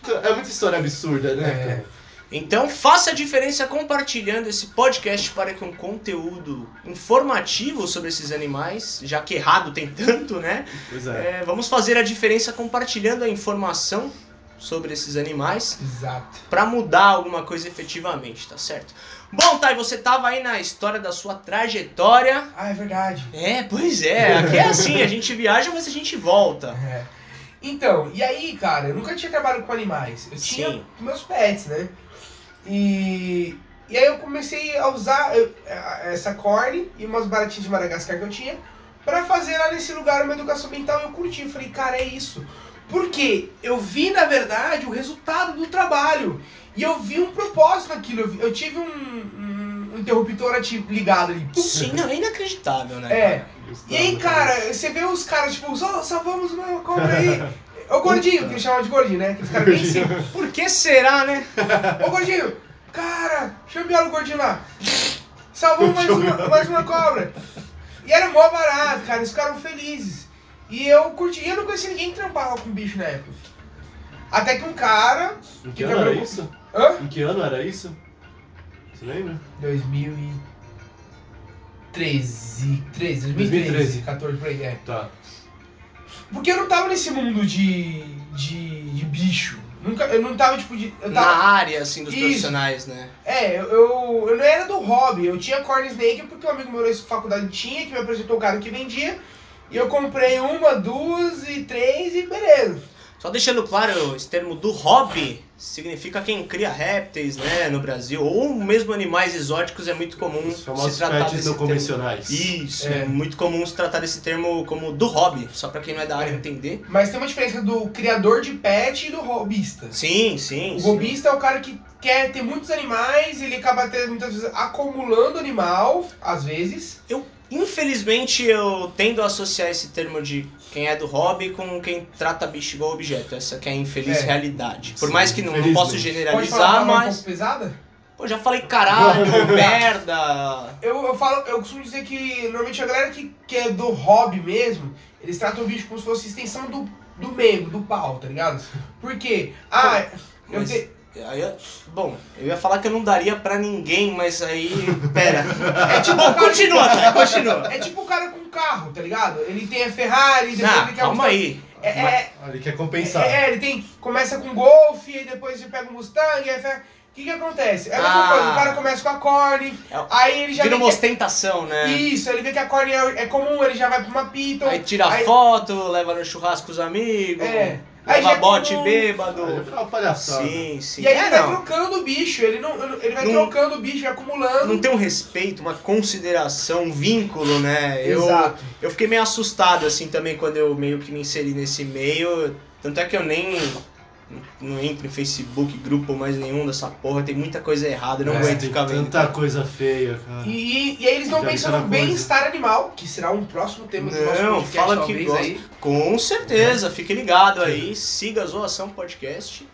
[SPEAKER 2] Então, É muita história absurda, né?
[SPEAKER 3] É.
[SPEAKER 2] cara?
[SPEAKER 1] Então faça a diferença compartilhando esse podcast para que um conteúdo informativo sobre esses animais, já que errado tem tanto, né?
[SPEAKER 2] Pois é.
[SPEAKER 1] É, vamos fazer a diferença compartilhando a informação sobre esses animais
[SPEAKER 3] Exato.
[SPEAKER 1] para mudar alguma coisa efetivamente, tá certo? Bom, Thay, você tava aí na história da sua trajetória.
[SPEAKER 3] Ah, é verdade.
[SPEAKER 1] É, pois é, aqui é assim, a gente viaja, mas a gente volta.
[SPEAKER 3] É. Então, e aí, cara, eu nunca tinha trabalhado com animais. Eu tinha
[SPEAKER 1] Sim.
[SPEAKER 3] meus pets, né? E, e aí eu comecei a usar eu- a- essa corne e umas baratinhas de Madagascar que eu tinha pra fazer lá nesse lugar uma educação ambiental. E eu curti, eu falei, cara, é isso. Porque eu vi, na verdade, o resultado do trabalho. E eu vi um propósito naquilo. Eu, vi- eu tive um, um, um interruptor ati- ligado ali. Pum.
[SPEAKER 1] Sim, não, é inacreditável, né?
[SPEAKER 3] É.
[SPEAKER 2] Gustavo, né?
[SPEAKER 3] E aí, cara, você vê os caras, tipo, só salvamos uma cobra aí. Ô gordinho, que eles chamam de gordinho, né? Aqueles caras bem simples.
[SPEAKER 1] Por que será, né?
[SPEAKER 3] Ô gordinho, cara, deixa eu enviar o gordinho lá. Salvou mais uma, mais uma cobra. E era mó barato, cara, eles ficaram felizes. E eu curti, e eu não conhecia ninguém que trampava com bicho na época. Até que um cara.
[SPEAKER 2] Em que
[SPEAKER 3] que
[SPEAKER 2] ano
[SPEAKER 3] quebrou-
[SPEAKER 2] era isso?
[SPEAKER 3] Hã?
[SPEAKER 2] Em que ano era isso? Você lembra?
[SPEAKER 3] 2013. 13,
[SPEAKER 2] 2013.
[SPEAKER 3] 2013, 14, por aí, é.
[SPEAKER 2] Tá.
[SPEAKER 3] Porque eu não tava nesse mundo de. de, de bicho. Nunca, eu não tava, tipo, de. Eu
[SPEAKER 1] Na
[SPEAKER 3] tava.
[SPEAKER 1] área, assim, dos
[SPEAKER 3] Isso.
[SPEAKER 1] profissionais, né?
[SPEAKER 3] É, eu, eu, eu não era do hobby. Eu tinha corn snake porque um amigo meu na faculdade tinha, que me apresentou o cara que vendia. E eu comprei uma, duas e três e beleza.
[SPEAKER 1] Só deixando claro, esse termo do hobby significa quem cria répteis, né, no Brasil, ou mesmo animais exóticos, é muito comum
[SPEAKER 2] Os famosos
[SPEAKER 1] se tratar
[SPEAKER 2] pets
[SPEAKER 1] desse
[SPEAKER 2] não
[SPEAKER 1] termo.
[SPEAKER 2] convencionais.
[SPEAKER 1] Isso, é.
[SPEAKER 3] É.
[SPEAKER 1] muito comum se tratar desse termo como do hobby, só pra quem não é da área
[SPEAKER 3] É.
[SPEAKER 1] entender.
[SPEAKER 3] Mas tem uma diferença do criador de pet e do hobbyista.
[SPEAKER 1] Sim, sim,
[SPEAKER 3] É. O
[SPEAKER 1] sim.
[SPEAKER 3] robista é o cara que quer ter muitos animais, ele acaba tendo, muitas vezes acumulando animal, às vezes.
[SPEAKER 1] Infelizmente, eu tendo a associar esse termo de quem é do hobby com quem trata bicho igual objeto. Essa que é a infeliz
[SPEAKER 3] É.
[SPEAKER 1] realidade. Por
[SPEAKER 2] Sim,
[SPEAKER 1] mais que não, não posso
[SPEAKER 2] infelizmente.
[SPEAKER 3] Pode
[SPEAKER 1] generalizar,
[SPEAKER 3] falar uma palavra um
[SPEAKER 1] "Ah, mas...
[SPEAKER 3] pouco pesada?
[SPEAKER 1] Pô, já falei caralho, merda...
[SPEAKER 3] Eu, eu falo, eu costumo dizer que normalmente a galera que, que é do hobby mesmo, eles tratam o bicho como se fosse extensão do, do membro, do pau, tá ligado? Porque, ah, eu
[SPEAKER 1] Mas-
[SPEAKER 3] te-
[SPEAKER 1] Aí eu- bom, eu ia falar que eu não daria pra ninguém, mas aí. Pera.
[SPEAKER 3] é tipo
[SPEAKER 1] bom,
[SPEAKER 3] o cara,
[SPEAKER 1] continua, cara, continua.
[SPEAKER 3] é tipo o cara com carro, tá ligado? Ele tem a Ferrari, depois
[SPEAKER 1] Não,
[SPEAKER 3] ele quer
[SPEAKER 1] Ah, calma
[SPEAKER 3] um-
[SPEAKER 1] aí.
[SPEAKER 3] É, é,
[SPEAKER 2] Olha, ele quer
[SPEAKER 3] é,
[SPEAKER 2] compensar.
[SPEAKER 3] é, ele tem, começa com Golf, aí depois ele pega um Mustang, aí fe- o que que acontece? É a mesma
[SPEAKER 1] Ah.
[SPEAKER 3] coisa, o cara começa com a Corne,
[SPEAKER 1] É o-
[SPEAKER 3] aí ele já
[SPEAKER 1] Vira
[SPEAKER 3] vê
[SPEAKER 1] uma
[SPEAKER 3] que
[SPEAKER 1] ostentação,
[SPEAKER 3] é,
[SPEAKER 1] né?
[SPEAKER 3] isso, ele vê que a Corne é, é comum, ele já vai pra uma Piton,
[SPEAKER 1] Aí tira
[SPEAKER 3] Então, aí-
[SPEAKER 1] foto, leva no churrasco com os amigos,
[SPEAKER 3] é, aí
[SPEAKER 1] leva
[SPEAKER 3] já é
[SPEAKER 1] bote
[SPEAKER 3] comum.
[SPEAKER 1] bêbado.
[SPEAKER 2] Ah, é uma palhaçada.
[SPEAKER 1] Sim, sim.
[SPEAKER 3] E aí
[SPEAKER 1] É,
[SPEAKER 3] ele vai
[SPEAKER 1] não.
[SPEAKER 3] trocando o bicho, ele, não, ele vai
[SPEAKER 1] Não-
[SPEAKER 3] trocando o bicho, vai acumulando.
[SPEAKER 1] Não tem um respeito, uma consideração, um vínculo, né? Eu,
[SPEAKER 3] Exato.
[SPEAKER 1] eu fiquei meio assustado, assim, também, quando eu meio que me inseri nesse meio. Tanto é que eu nem. Não entro em Facebook, grupo mais nenhum dessa porra, tem muita coisa errada, eu não
[SPEAKER 3] É,
[SPEAKER 1] aguento
[SPEAKER 2] tem
[SPEAKER 1] ficar vendo.
[SPEAKER 2] tanta coisa feia, cara.
[SPEAKER 3] E, e, e aí eles não
[SPEAKER 2] Já
[SPEAKER 3] pensam
[SPEAKER 2] cada
[SPEAKER 3] no
[SPEAKER 2] coisa.
[SPEAKER 3] bem-estar animal, que será um próximo tema do
[SPEAKER 1] Não,
[SPEAKER 3] nosso podcast,
[SPEAKER 1] fala que
[SPEAKER 3] talvez,
[SPEAKER 1] gosta.
[SPEAKER 3] aí.
[SPEAKER 1] Com certeza, fique ligado
[SPEAKER 3] É.
[SPEAKER 1] aí, siga a Zoação Podcast.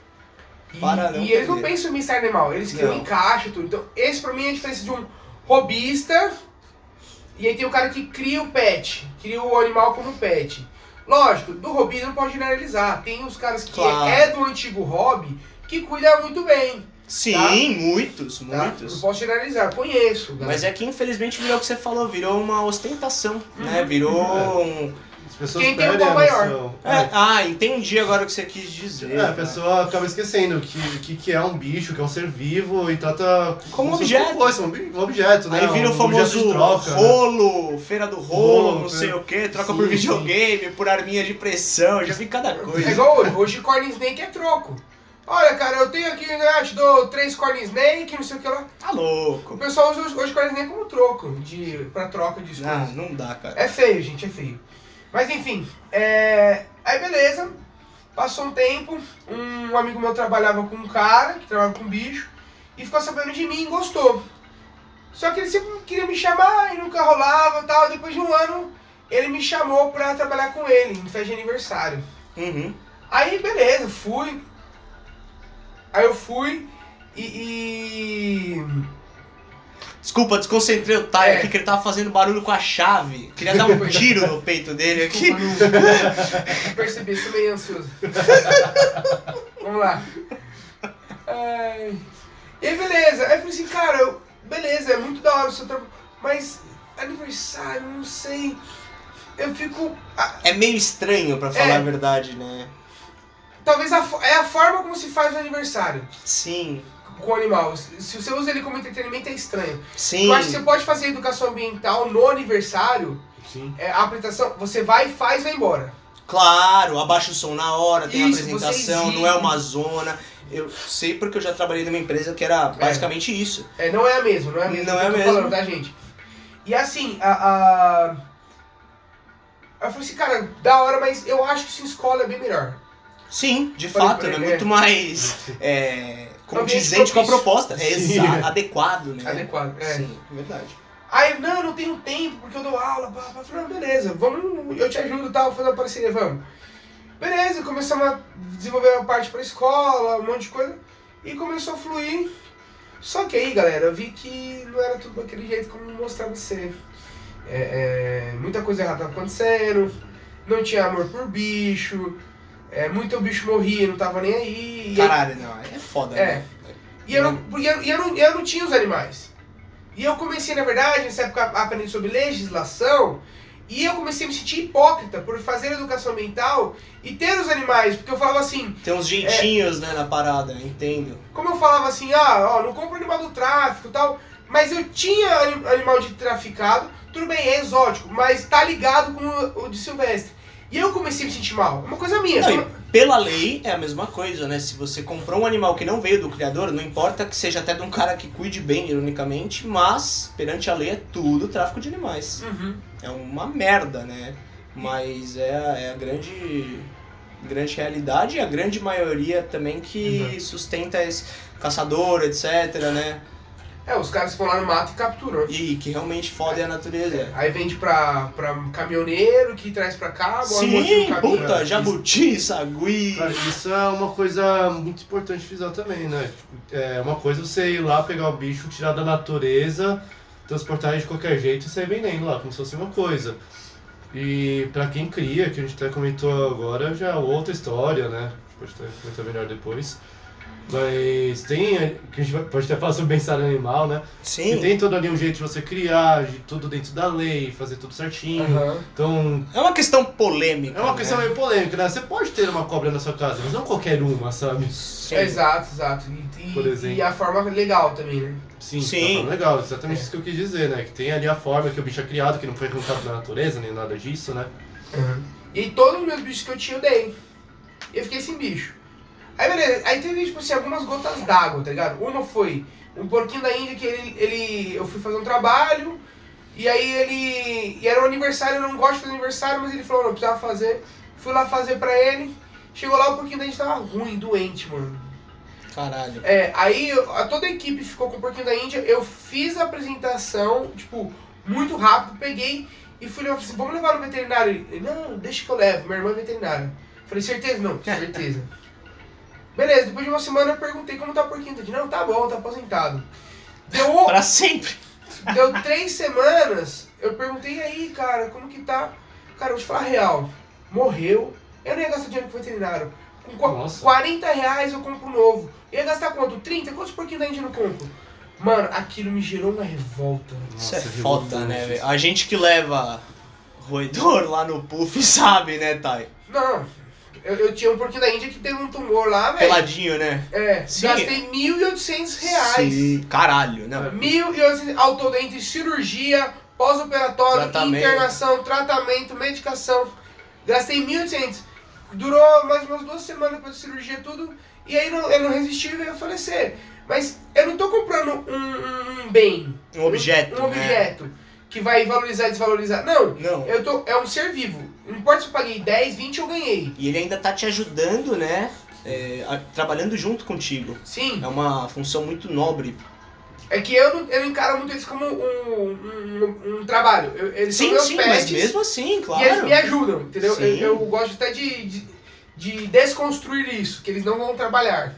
[SPEAKER 3] E,
[SPEAKER 1] Para não
[SPEAKER 3] e eles não
[SPEAKER 1] perder.
[SPEAKER 3] pensam em bem-estar animal, eles criam
[SPEAKER 1] Não.
[SPEAKER 3] encaixe e tudo. Então, esse pra mim é a diferença de um robista, e aí tem o cara que cria o pet, cria o animal como pet. Lógico, do hobby não pode generalizar. Tem os caras que
[SPEAKER 1] Claro.
[SPEAKER 3] é do antigo hobby que cuida muito bem.
[SPEAKER 1] Sim,
[SPEAKER 3] Tá.
[SPEAKER 1] muitos,
[SPEAKER 3] Tá? Não
[SPEAKER 1] muitos.
[SPEAKER 3] posso generalizar, conheço. galera.
[SPEAKER 1] Mas é que infelizmente virou o que você falou, virou uma ostentação,
[SPEAKER 2] Uhum.
[SPEAKER 1] né?
[SPEAKER 2] É.
[SPEAKER 1] Virou um.
[SPEAKER 2] As pessoas
[SPEAKER 3] Quem tem o
[SPEAKER 2] perdem
[SPEAKER 3] pau
[SPEAKER 2] a
[SPEAKER 3] maior.
[SPEAKER 2] noção.
[SPEAKER 1] É, ah, entendi agora o que você quis dizer.
[SPEAKER 2] É, a pessoa acaba esquecendo que, que, que é um bicho, que é um ser vivo e trata.
[SPEAKER 1] Como
[SPEAKER 2] se fosse
[SPEAKER 1] objeto.
[SPEAKER 2] uma coisa, um, bi- um objeto, né?
[SPEAKER 1] Aí vira o
[SPEAKER 2] um objeto
[SPEAKER 1] famoso
[SPEAKER 2] de troca. né?
[SPEAKER 1] rolo, feira do rolo,
[SPEAKER 2] Rolo,
[SPEAKER 1] não
[SPEAKER 2] feira-
[SPEAKER 1] sei o que, troca
[SPEAKER 2] Sim,
[SPEAKER 1] por videogame, por arminha de pressão, eu já vi cada
[SPEAKER 3] É
[SPEAKER 1] coisa.
[SPEAKER 3] igual hoje. Hoje Corn Snake é troco. Olha, cara, eu tenho aqui, né, eu te dou três Corn Snake, não sei o que lá.
[SPEAKER 1] Tá
[SPEAKER 3] O
[SPEAKER 1] louco.
[SPEAKER 3] pessoal usa hoje- hoje Corn Snake como troco, de, pra troca de
[SPEAKER 1] Não,
[SPEAKER 3] escolhas.
[SPEAKER 1] Ah, não dá, cara.
[SPEAKER 3] É feio, gente, é feio. Mas enfim, é... aí beleza. Passou um tempo, um amigo meu trabalhava com um cara, que trabalhava com um bicho, e ficou sabendo de mim e gostou. Só que ele sempre queria me chamar e nunca rolava e tal. Depois de um ano, ele me chamou pra trabalhar com ele, em festa de aniversário.
[SPEAKER 1] Uhum.
[SPEAKER 3] Aí, beleza, fui. Aí eu fui e. e-
[SPEAKER 1] Desculpa, desconcentrei o Thay
[SPEAKER 3] É.
[SPEAKER 1] aqui que ele tava fazendo barulho com a chave. Queria dar um tiro no peito dele aqui.
[SPEAKER 3] Desculpa, não percebi, estou meio ansioso. Vamos lá. Ai. E aí, beleza. Aí eu falei assim, cara, eu- beleza, é muito da hora o seu trabalho, mas aniversário, não sei. Eu fico. a-
[SPEAKER 1] É meio estranho, pra falar
[SPEAKER 3] É.
[SPEAKER 1] a verdade, né?
[SPEAKER 3] talvez a, fo- é a forma como se faz o aniversário
[SPEAKER 1] Sim,
[SPEAKER 3] com o animal. Se você usa ele como entretenimento, é estranho.
[SPEAKER 1] sim.
[SPEAKER 3] Eu acho que você pode fazer educação ambiental no aniversário,
[SPEAKER 2] Sim.
[SPEAKER 3] é, a apresentação, você vai, faz e vai embora.
[SPEAKER 1] Claro, abaixa o som na hora, tem
[SPEAKER 3] Isso,
[SPEAKER 1] a
[SPEAKER 3] você
[SPEAKER 1] apresentação,
[SPEAKER 3] exige.
[SPEAKER 1] não é uma zona. Eu sei porque eu já trabalhei numa empresa que era basicamente isso.
[SPEAKER 3] É, não é a mesma, não é a mesma
[SPEAKER 1] Não
[SPEAKER 3] que
[SPEAKER 1] é
[SPEAKER 3] eu tô
[SPEAKER 1] mesmo.
[SPEAKER 3] falando, tá, gente? E assim, a, a... Aí Eu falei assim, cara, da hora, mas eu acho que isso em escola é bem melhor.
[SPEAKER 1] Sim, de
[SPEAKER 3] Falei
[SPEAKER 1] fato,
[SPEAKER 3] pra
[SPEAKER 1] né?
[SPEAKER 3] ele,
[SPEAKER 1] Muito mais é, condizente
[SPEAKER 3] propício.
[SPEAKER 1] com a proposta. É
[SPEAKER 2] Sim.
[SPEAKER 1] exato, adequado, né?
[SPEAKER 3] Adequado. É.
[SPEAKER 1] Sim, verdade.
[SPEAKER 3] Aí, não, eu não tenho tempo, porque eu dou aula, pá, pá. Eu falei, não, beleza, vamos, eu te ajudo e tal, fazer uma parceria, vamos. Beleza, começamos a desenvolver a parte pra escola, um monte de coisa, e começou a fluir. Só que aí, galera, eu vi que não era tudo daquele jeito como mostrava ser. É, é, muita coisa errada tava acontecendo, não tinha amor por bicho, é, muito bicho morria, e não tava nem aí. e aí-
[SPEAKER 1] Caralho, não, é foda,
[SPEAKER 3] É.
[SPEAKER 1] né?
[SPEAKER 3] e eu não, e eu, e eu não, eu não tinha os animais. E eu comecei, na verdade, nessa época, a aprender sobre legislação. E eu comecei a me sentir hipócrita por fazer educação ambiental e ter os animais. Porque eu falava assim,
[SPEAKER 1] Tem uns jeitinhos, né, na parada, entendo.
[SPEAKER 3] como eu falava assim, ah, ó, não compro animal do tráfico e tal. Mas eu tinha ani- animal de traficado, tudo bem, é exótico, mas tá ligado com o- o de silvestre. E eu comecei a me sentir mal. é Uma coisa minha. né?
[SPEAKER 1] Não,
[SPEAKER 3] eu-
[SPEAKER 1] Pela lei é a mesma coisa, né? Se você comprou um animal que não veio do criador, não importa que seja até de um cara que cuide bem, ironicamente, mas perante a lei é tudo tráfico de animais.
[SPEAKER 3] Uhum.
[SPEAKER 1] É uma merda, né? Mas é, a- é a grande grande realidade e a grande maioria também que sustenta esse caçador, etc, né?
[SPEAKER 3] É, os caras foram lá no mato e capturam.
[SPEAKER 1] E que realmente fode a natureza.
[SPEAKER 3] Aí vende pra, pra caminhoneiro que traz pra cá, agora um monte de
[SPEAKER 1] Sim,
[SPEAKER 3] caminho.
[SPEAKER 1] puta, jabuti, sagui.
[SPEAKER 2] Cara, Isso é uma coisa muito importante frisar também, né? Tipo, É uma coisa você ir lá pegar o bicho, tirar da natureza, transportar ele de qualquer jeito e sair vendendo lá, como se fosse uma coisa. E pra quem cria, que a gente até comentou agora, já é outra história, né? A gente pode até comentar melhor depois. Mas tem, que a gente vai- pode até falar sobre bem-estar animal, né? E
[SPEAKER 1] Sim.
[SPEAKER 2] tem todo ali um jeito de você criar, de tudo dentro da lei, fazer tudo certinho.
[SPEAKER 3] Aham.
[SPEAKER 2] Então,
[SPEAKER 1] É uma questão polêmica.
[SPEAKER 2] é uma
[SPEAKER 1] né?
[SPEAKER 2] questão meio polêmica, né? Você pode ter uma cobra na sua casa, mas não qualquer uma, sabe?
[SPEAKER 1] Sim.
[SPEAKER 3] Exato, exato. E, e-
[SPEAKER 2] Por exemplo.
[SPEAKER 3] e a forma legal também, né?
[SPEAKER 2] Sim,
[SPEAKER 1] Sim.
[SPEAKER 2] Tá falando legal, exatamente
[SPEAKER 3] É.
[SPEAKER 2] isso que eu quis dizer, né? Que tem ali a forma que o bicho é criado, que não foi arrancado da natureza, nem nada disso, né?
[SPEAKER 3] E todos os meus bichos que eu tinha eu dei. E eu fiquei sem bicho. Aí beleza, aí teve tipo assim, algumas gotas d'água, tá ligado? Uma foi um porquinho da Índia que ele, ele. Eu fui fazer um trabalho. E aí ele. E era um aniversário, eu não gosto de fazer aniversário, mas ele falou, não, eu precisava fazer. Fui lá fazer pra ele. Chegou lá, o porquinho da Índia tava ruim, doente, mano.
[SPEAKER 1] Caralho.
[SPEAKER 3] É, aí eu- a, toda a equipe ficou com o Porquinho da Índia, eu fiz a apresentação, tipo, muito rápido, peguei e fui levar, falei assim, vamos levar no veterinário. Ele, não, deixa que eu levo, minha irmã é veterinária. Falei, certeza? Não, certeza. Beleza, depois de uma semana eu perguntei como tá o Porquinho da Índia. Não, tá bom, tá aposentado. Deu, o-
[SPEAKER 1] Pra sempre.
[SPEAKER 3] deu três semanas, eu perguntei, e aí, cara, como que tá? Cara, eu vou te falar a real, morreu, eu não ia gastar dinheiro com veterinário. Com qua-
[SPEAKER 2] Nossa.
[SPEAKER 3] 40 reais eu compro um novo. Eu ia gastar quanto? 30? Quantos porquinhos da gente não compra? Mano, aquilo me gerou uma revolta.
[SPEAKER 1] Isso
[SPEAKER 2] Nossa,
[SPEAKER 1] é
[SPEAKER 2] que
[SPEAKER 1] foda,
[SPEAKER 2] revoltante.
[SPEAKER 1] né, velho? A gente que leva roedor lá no puff sabe, né, Thay?
[SPEAKER 3] Não, eu, eu tinha um porquinho da Índia que teve um tumor lá, velho.
[SPEAKER 1] Peladinho, né?
[SPEAKER 3] É,
[SPEAKER 1] Sim.
[SPEAKER 3] gastei 1.800 reais.
[SPEAKER 1] Sim. Caralho, né, não.
[SPEAKER 3] 1.800 ao todo entre cirurgia, pós-operatório,
[SPEAKER 1] Tratamento.
[SPEAKER 3] internação, tratamento, medicação. Gastei 1.800. Durou mais umas duas semanas depois da cirurgia tudo. E aí não, eu não resisti e veio falecer. Mas eu não tô comprando um, um- um bem.
[SPEAKER 1] Um objeto, né?
[SPEAKER 3] Um objeto. Que vai valorizar e desvalorizar. Não.
[SPEAKER 1] Não.
[SPEAKER 3] Eu tô, é um ser vivo. Não importa se eu paguei 10, 20, eu ganhei.
[SPEAKER 1] E ele ainda tá te ajudando, né? é, a- trabalhando junto contigo.
[SPEAKER 3] Sim.
[SPEAKER 1] É uma função muito nobre.
[SPEAKER 3] É que eu não, eu não encaro muito eles como um, um- um trabalho. Eu- eles são
[SPEAKER 1] Sim,
[SPEAKER 3] meus
[SPEAKER 1] sim,
[SPEAKER 3] pets.
[SPEAKER 1] mas mesmo assim,
[SPEAKER 3] E eles
[SPEAKER 1] claro.
[SPEAKER 3] me ajudam, entendeu? Eu,
[SPEAKER 1] Sim.
[SPEAKER 3] eu gosto até de, de, de desconstruir isso, que eles não vão trabalhar.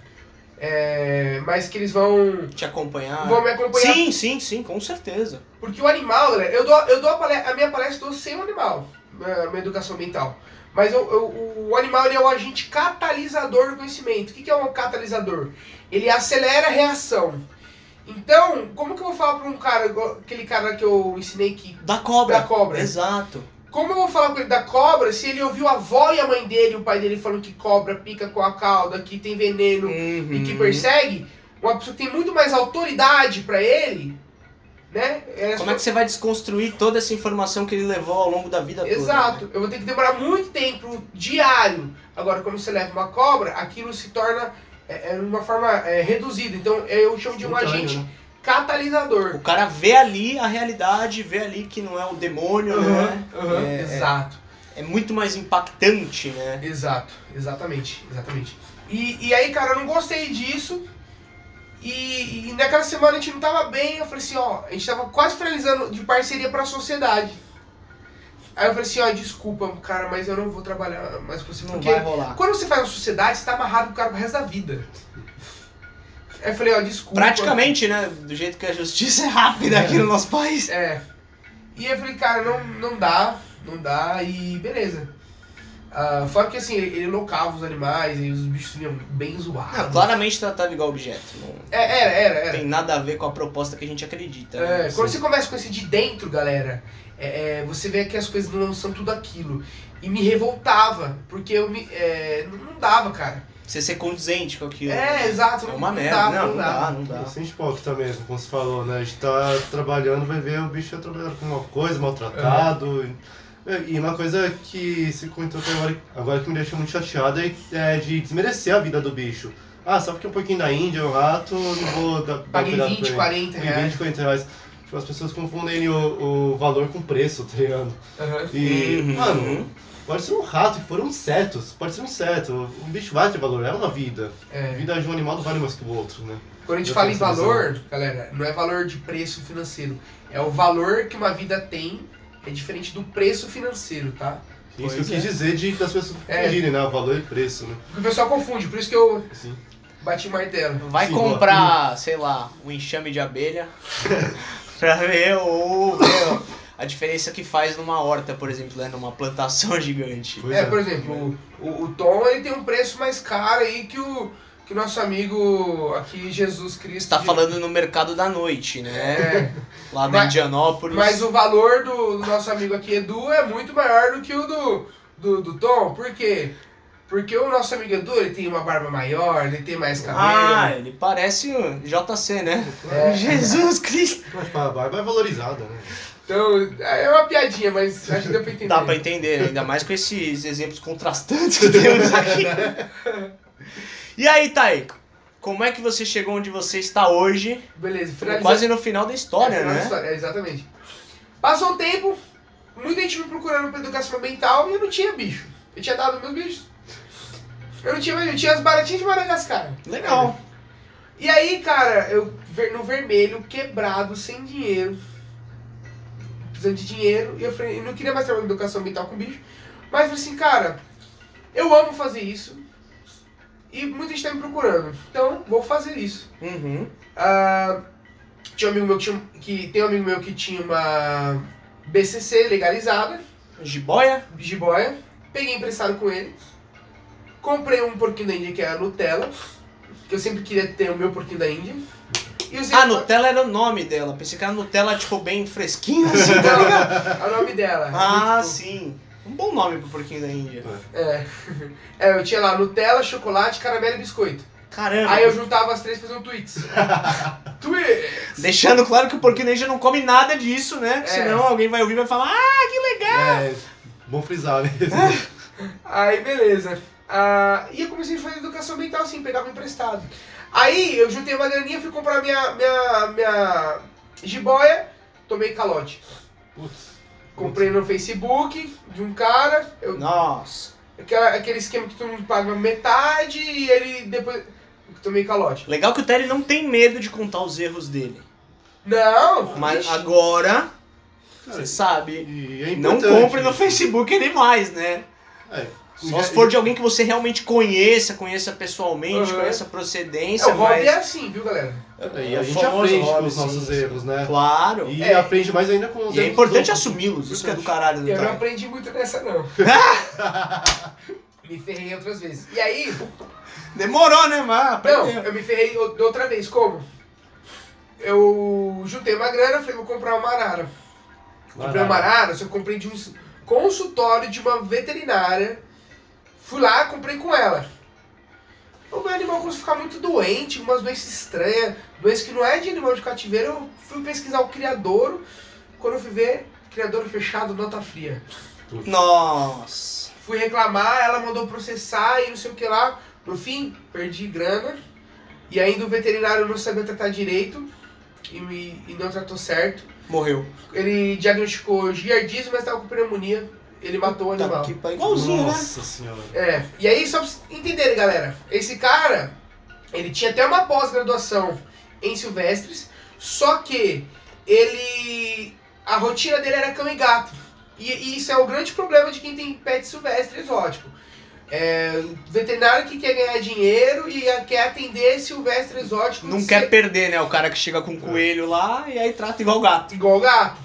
[SPEAKER 3] É, mas que eles vão,
[SPEAKER 1] Te acompanhar.
[SPEAKER 3] vão me acompanhar.
[SPEAKER 1] Ah. Sim, sim, sim, com certeza.
[SPEAKER 3] Porque o animal, galera, eu dou, eu dou a, palestra, a minha palestra eu dou sem o animal, né, a minha educação ambiental. Mas eu- eu- o animal ele é o agente catalisador do conhecimento. O que, que é um catalisador? Ele acelera a reação. Então, como que eu vou falar para um cara, igual aquele cara que eu ensinei que
[SPEAKER 1] Da cobra.
[SPEAKER 3] Da cobra.
[SPEAKER 1] Exato.
[SPEAKER 3] Como eu vou falar com ele da cobra se ele ouviu a avó e a mãe dele, e o pai dele falando que cobra pica com a cauda, que tem veneno e que
[SPEAKER 1] Uhum.
[SPEAKER 3] persegue? Uma pessoa que tem muito mais autoridade pra ele, né? Ela
[SPEAKER 1] Como é que você vai desconstruir toda essa informação que ele levou ao longo da vida toda? né?
[SPEAKER 3] Exato, eu vou ter que demorar muito tempo diário. Agora, quando você leva uma cobra, aquilo se torna é, é, uma forma é, reduzida. Então, eu chamo de um
[SPEAKER 2] Espontâneo,
[SPEAKER 3] agente
[SPEAKER 2] né?
[SPEAKER 1] O
[SPEAKER 3] catalisador.
[SPEAKER 1] cara vê ali a realidade, vê ali que não é o demônio, né?
[SPEAKER 3] Aham, aham.
[SPEAKER 1] É,
[SPEAKER 3] Exato.
[SPEAKER 1] É muito mais impactante, né?
[SPEAKER 3] Exato, exatamente, exatamente. E, e aí, cara, eu não gostei disso. E, e naquela semana a gente não tava bem. Eu falei assim, ó, a gente tava quase finalizando de parceria pra sociedade. Aí eu falei assim, ó, desculpa, cara, mas eu não vou trabalhar mais com você.
[SPEAKER 1] Não
[SPEAKER 3] Porque
[SPEAKER 1] vai rolar.
[SPEAKER 3] quando você faz uma sociedade, você tá amarrado com o cara pro resto da vida. Aí eu falei, ó, desculpa.
[SPEAKER 1] Praticamente, né? Do jeito que a justiça é rápida aqui no nosso país.
[SPEAKER 3] É. E eu falei, cara, não, não dá, não dá, e beleza. Ah, fora que assim, ele, ele locava os animais e os bichos vinham bem zoados.
[SPEAKER 1] Não, claramente tratado igual objeto. Não
[SPEAKER 3] É, era, era, era.
[SPEAKER 1] tem nada a ver com a proposta que a gente acredita. né?
[SPEAKER 3] É, quando você começa com esse de dentro, galera, é, é, você vê que as coisas não são tudo aquilo. E me revoltava, porque eu me. é, não- não dava, cara.
[SPEAKER 1] Você ser condizente com aquilo.
[SPEAKER 3] É, exato.
[SPEAKER 1] É
[SPEAKER 3] não-
[SPEAKER 1] uma
[SPEAKER 3] não
[SPEAKER 1] merda.
[SPEAKER 3] dava,
[SPEAKER 1] Não, não dá, não
[SPEAKER 3] Tá.
[SPEAKER 1] dá.
[SPEAKER 2] Não, Sem é hipócrita mesmo, como você falou, né? A gente tá trabalhando, vai ver o bicho trabalhando com alguma coisa, maltratado. E- E uma coisa que se contou até agora, agora que me deixou muito chateado é- é de desmerecer a vida do bicho. Ah, só porque é um pouquinho da Índia, é um rato, eu não vou dar, dar
[SPEAKER 3] Paguei
[SPEAKER 2] cuidado
[SPEAKER 3] 20,
[SPEAKER 2] pra ele.
[SPEAKER 3] 40
[SPEAKER 2] Paguei
[SPEAKER 3] reais.
[SPEAKER 2] 20, 40 reais. Tipo, as pessoas confundem o, o valor com o preço, tá ligado?
[SPEAKER 3] Aham.
[SPEAKER 2] E,
[SPEAKER 1] Uhum.
[SPEAKER 2] mano, pode ser um rato, que foram insetos, pode ser um inseto. Um bicho vai ter valor, é uma vida. A
[SPEAKER 3] É.
[SPEAKER 2] vida de um animal não vale mais que o outro, né?
[SPEAKER 3] Quando a gente
[SPEAKER 2] Eu
[SPEAKER 3] fala em
[SPEAKER 2] tenho essa visão.
[SPEAKER 3] valor, galera, não é valor de preço financeiro. É o valor que uma vida tem, é diferente do preço financeiro, tá?
[SPEAKER 2] Isso que eu
[SPEAKER 1] Pois é.
[SPEAKER 2] quis dizer de, das pessoas
[SPEAKER 3] É.
[SPEAKER 2] confundirem, né? O valor e preço, né?
[SPEAKER 3] Porque o pessoal confunde, por isso que eu
[SPEAKER 2] Assim.
[SPEAKER 3] bati o martelo.
[SPEAKER 1] Vai
[SPEAKER 2] Sim,
[SPEAKER 1] comprar, sei lá, um enxame de abelha pra ver ou ver a diferença que faz numa horta, por exemplo, né? numa plantação gigante.
[SPEAKER 2] Pois
[SPEAKER 3] é,
[SPEAKER 2] é,
[SPEAKER 3] por exemplo, o, o- o Tom ele tem um preço mais caro aí que o que o nosso amigo aqui, Jesus Cristo.
[SPEAKER 1] Está
[SPEAKER 3] de-
[SPEAKER 1] Tá falando no mercado da noite, né?
[SPEAKER 3] É,
[SPEAKER 1] Lá da
[SPEAKER 3] Mas-
[SPEAKER 1] Indianópolis.
[SPEAKER 3] mas o valor do, do nosso amigo aqui, Edu, é muito maior do que o do, do, do Tom. Por quê? Porque o nosso amigo Edu ele tem uma barba maior, ele tem mais cabelo.
[SPEAKER 1] Ah, ele parece o JC, né?
[SPEAKER 3] É.
[SPEAKER 1] Jesus Cristo!
[SPEAKER 2] Mas pra barba é valorizada, né?
[SPEAKER 3] Então, é uma piadinha, mas acho que deu pra entender.
[SPEAKER 1] Dá pra entender, ainda mais com esses exemplos contrastantes que temos aqui. E aí, Thay? Como é que você chegou onde você está hoje?
[SPEAKER 3] Beleza,
[SPEAKER 1] Estamos
[SPEAKER 3] finalizando.
[SPEAKER 1] Quase no final da
[SPEAKER 3] É,
[SPEAKER 1] história,
[SPEAKER 3] final da
[SPEAKER 1] né?
[SPEAKER 3] história, é, exatamente. Passou um tempo, muita gente me procurando pra educação ambiental e eu não tinha bicho. Eu tinha dado meus bichos. Eu não tinha mais, eu tinha as baratinhas de Madagascar.
[SPEAKER 1] Legal.
[SPEAKER 3] E aí, cara, eu ver- no vermelho, quebrado, sem dinheiro, precisando de dinheiro, e eu falei, eu não queria mais trabalhar em educação ambiental com bicho, mas eu falei assim, cara, eu amo fazer isso, e muita gente tá me procurando, então vou fazer isso.
[SPEAKER 1] Uhum.
[SPEAKER 3] Ah, tinha um amigo meu que, tinha, que tem um amigo meu que tinha uma BCC legalizada,
[SPEAKER 1] Jiboia?
[SPEAKER 3] jiboia, peguei emprestado com ele, comprei um porquinho da Índia que é a Nutella, que eu sempre queria ter o meu porquinho da Índia. E usei
[SPEAKER 1] Ah,
[SPEAKER 3] o-
[SPEAKER 1] Nutella era o nome dela. Pensei que era Nutella, tipo, bem fresquinha, assim, tá ligado?
[SPEAKER 3] É o nome dela.
[SPEAKER 1] Ah,
[SPEAKER 3] Muito fofo.
[SPEAKER 1] sim. Um bom nome pro porquinho da Índia.
[SPEAKER 3] É. É, eu tinha lá Nutella, chocolate, caramelo e biscoito.
[SPEAKER 1] Caramba.
[SPEAKER 3] Aí eu juntava as três e fazia um tweets. Tweet!
[SPEAKER 1] Deixando claro que o porquinho da Índia não come nada disso, né?
[SPEAKER 3] É.
[SPEAKER 1] Senão alguém vai ouvir e vai falar, ah,
[SPEAKER 2] É, bom frisar né? mesmo.
[SPEAKER 1] É.
[SPEAKER 3] Aí beleza. Ah, e eu comecei a fazer educação ambiental assim, pegava emprestado. Aí eu juntei uma graninha, fui comprar minha, minha, minha jiboia, tomei calote.
[SPEAKER 2] Putz.
[SPEAKER 3] Comprei no Facebook de um cara, eu
[SPEAKER 1] nossa.
[SPEAKER 3] Aquela- aquele esquema que todo mundo paga metade e ele depois. Tomei calote.
[SPEAKER 1] Legal que o Terry não tem medo de contar os erros dele.
[SPEAKER 3] Não!
[SPEAKER 1] Mas
[SPEAKER 3] ixi.
[SPEAKER 1] agora,
[SPEAKER 2] Cara,
[SPEAKER 1] você sabe,
[SPEAKER 2] e é
[SPEAKER 1] não
[SPEAKER 2] importante.
[SPEAKER 1] compre no Facebook animais, né?
[SPEAKER 2] É.
[SPEAKER 1] Só
[SPEAKER 2] E-
[SPEAKER 1] se for de alguém que você realmente conheça, conheça pessoalmente,
[SPEAKER 3] Uhum.
[SPEAKER 1] conheça a
[SPEAKER 3] É,
[SPEAKER 1] procedência,
[SPEAKER 3] o hobby
[SPEAKER 1] mas...
[SPEAKER 3] é assim, viu, galera?
[SPEAKER 2] E
[SPEAKER 1] É
[SPEAKER 2] a
[SPEAKER 1] o
[SPEAKER 2] gente
[SPEAKER 1] famoso
[SPEAKER 2] aprende com
[SPEAKER 1] hobby,
[SPEAKER 2] os nossos
[SPEAKER 1] sim,
[SPEAKER 2] erros, né?
[SPEAKER 1] Claro.
[SPEAKER 2] E
[SPEAKER 3] É.
[SPEAKER 2] aprende mais ainda com os
[SPEAKER 1] E é
[SPEAKER 2] erros
[SPEAKER 1] importante
[SPEAKER 2] dos outros.
[SPEAKER 1] assumi-los, isso que é do caralho do
[SPEAKER 3] Eu não
[SPEAKER 1] Terry.
[SPEAKER 3] aprendi muito nessa, não. me ferrei outras vezes. E aí,
[SPEAKER 1] Demorou, né, mas
[SPEAKER 3] não,
[SPEAKER 1] aprendeu.
[SPEAKER 3] eu me ferrei o- da outra vez. Como? Eu juntei uma grana, falei, vou comprar uma arara. Comprei uma arara, só comprei de um consultório de uma veterinária. Fui lá, comprei com ela. O meu animal começou a ficar muito doente, umas doenças estranhas, doença que não é de animal de cativeiro. Eu fui pesquisar o criadouro. Quando eu fui ver, criadouro fechado, nota fria.
[SPEAKER 1] Nossa.
[SPEAKER 3] Fui reclamar, ela mandou processar e não sei o que lá. No fim, perdi grana. E ainda o veterinário não sabia tratar direito e, me- e não tratou certo.
[SPEAKER 1] Morreu.
[SPEAKER 3] Ele diagnosticou giardismo, mas estava com pneumonia. Ele matou o
[SPEAKER 1] Puta
[SPEAKER 3] animal.
[SPEAKER 1] Tá, que pariu. Igualzinho, né?
[SPEAKER 2] Nossa senhora.
[SPEAKER 3] É, e aí só pra vocês entenderem, galera. Esse cara, ele tinha até uma pós-graduação em Silvestres, só que ele. A rotina dele era cão e gato. E, e isso é o grande problema de quem tem pet silvestre exótico. É, veterinário que quer ganhar dinheiro e a- quer atender tipo, silvestre exótico.
[SPEAKER 1] Não
[SPEAKER 3] se-
[SPEAKER 1] quer perder, né? O cara que chega com um coelho lá e aí trata igual gato.
[SPEAKER 3] Igual gato.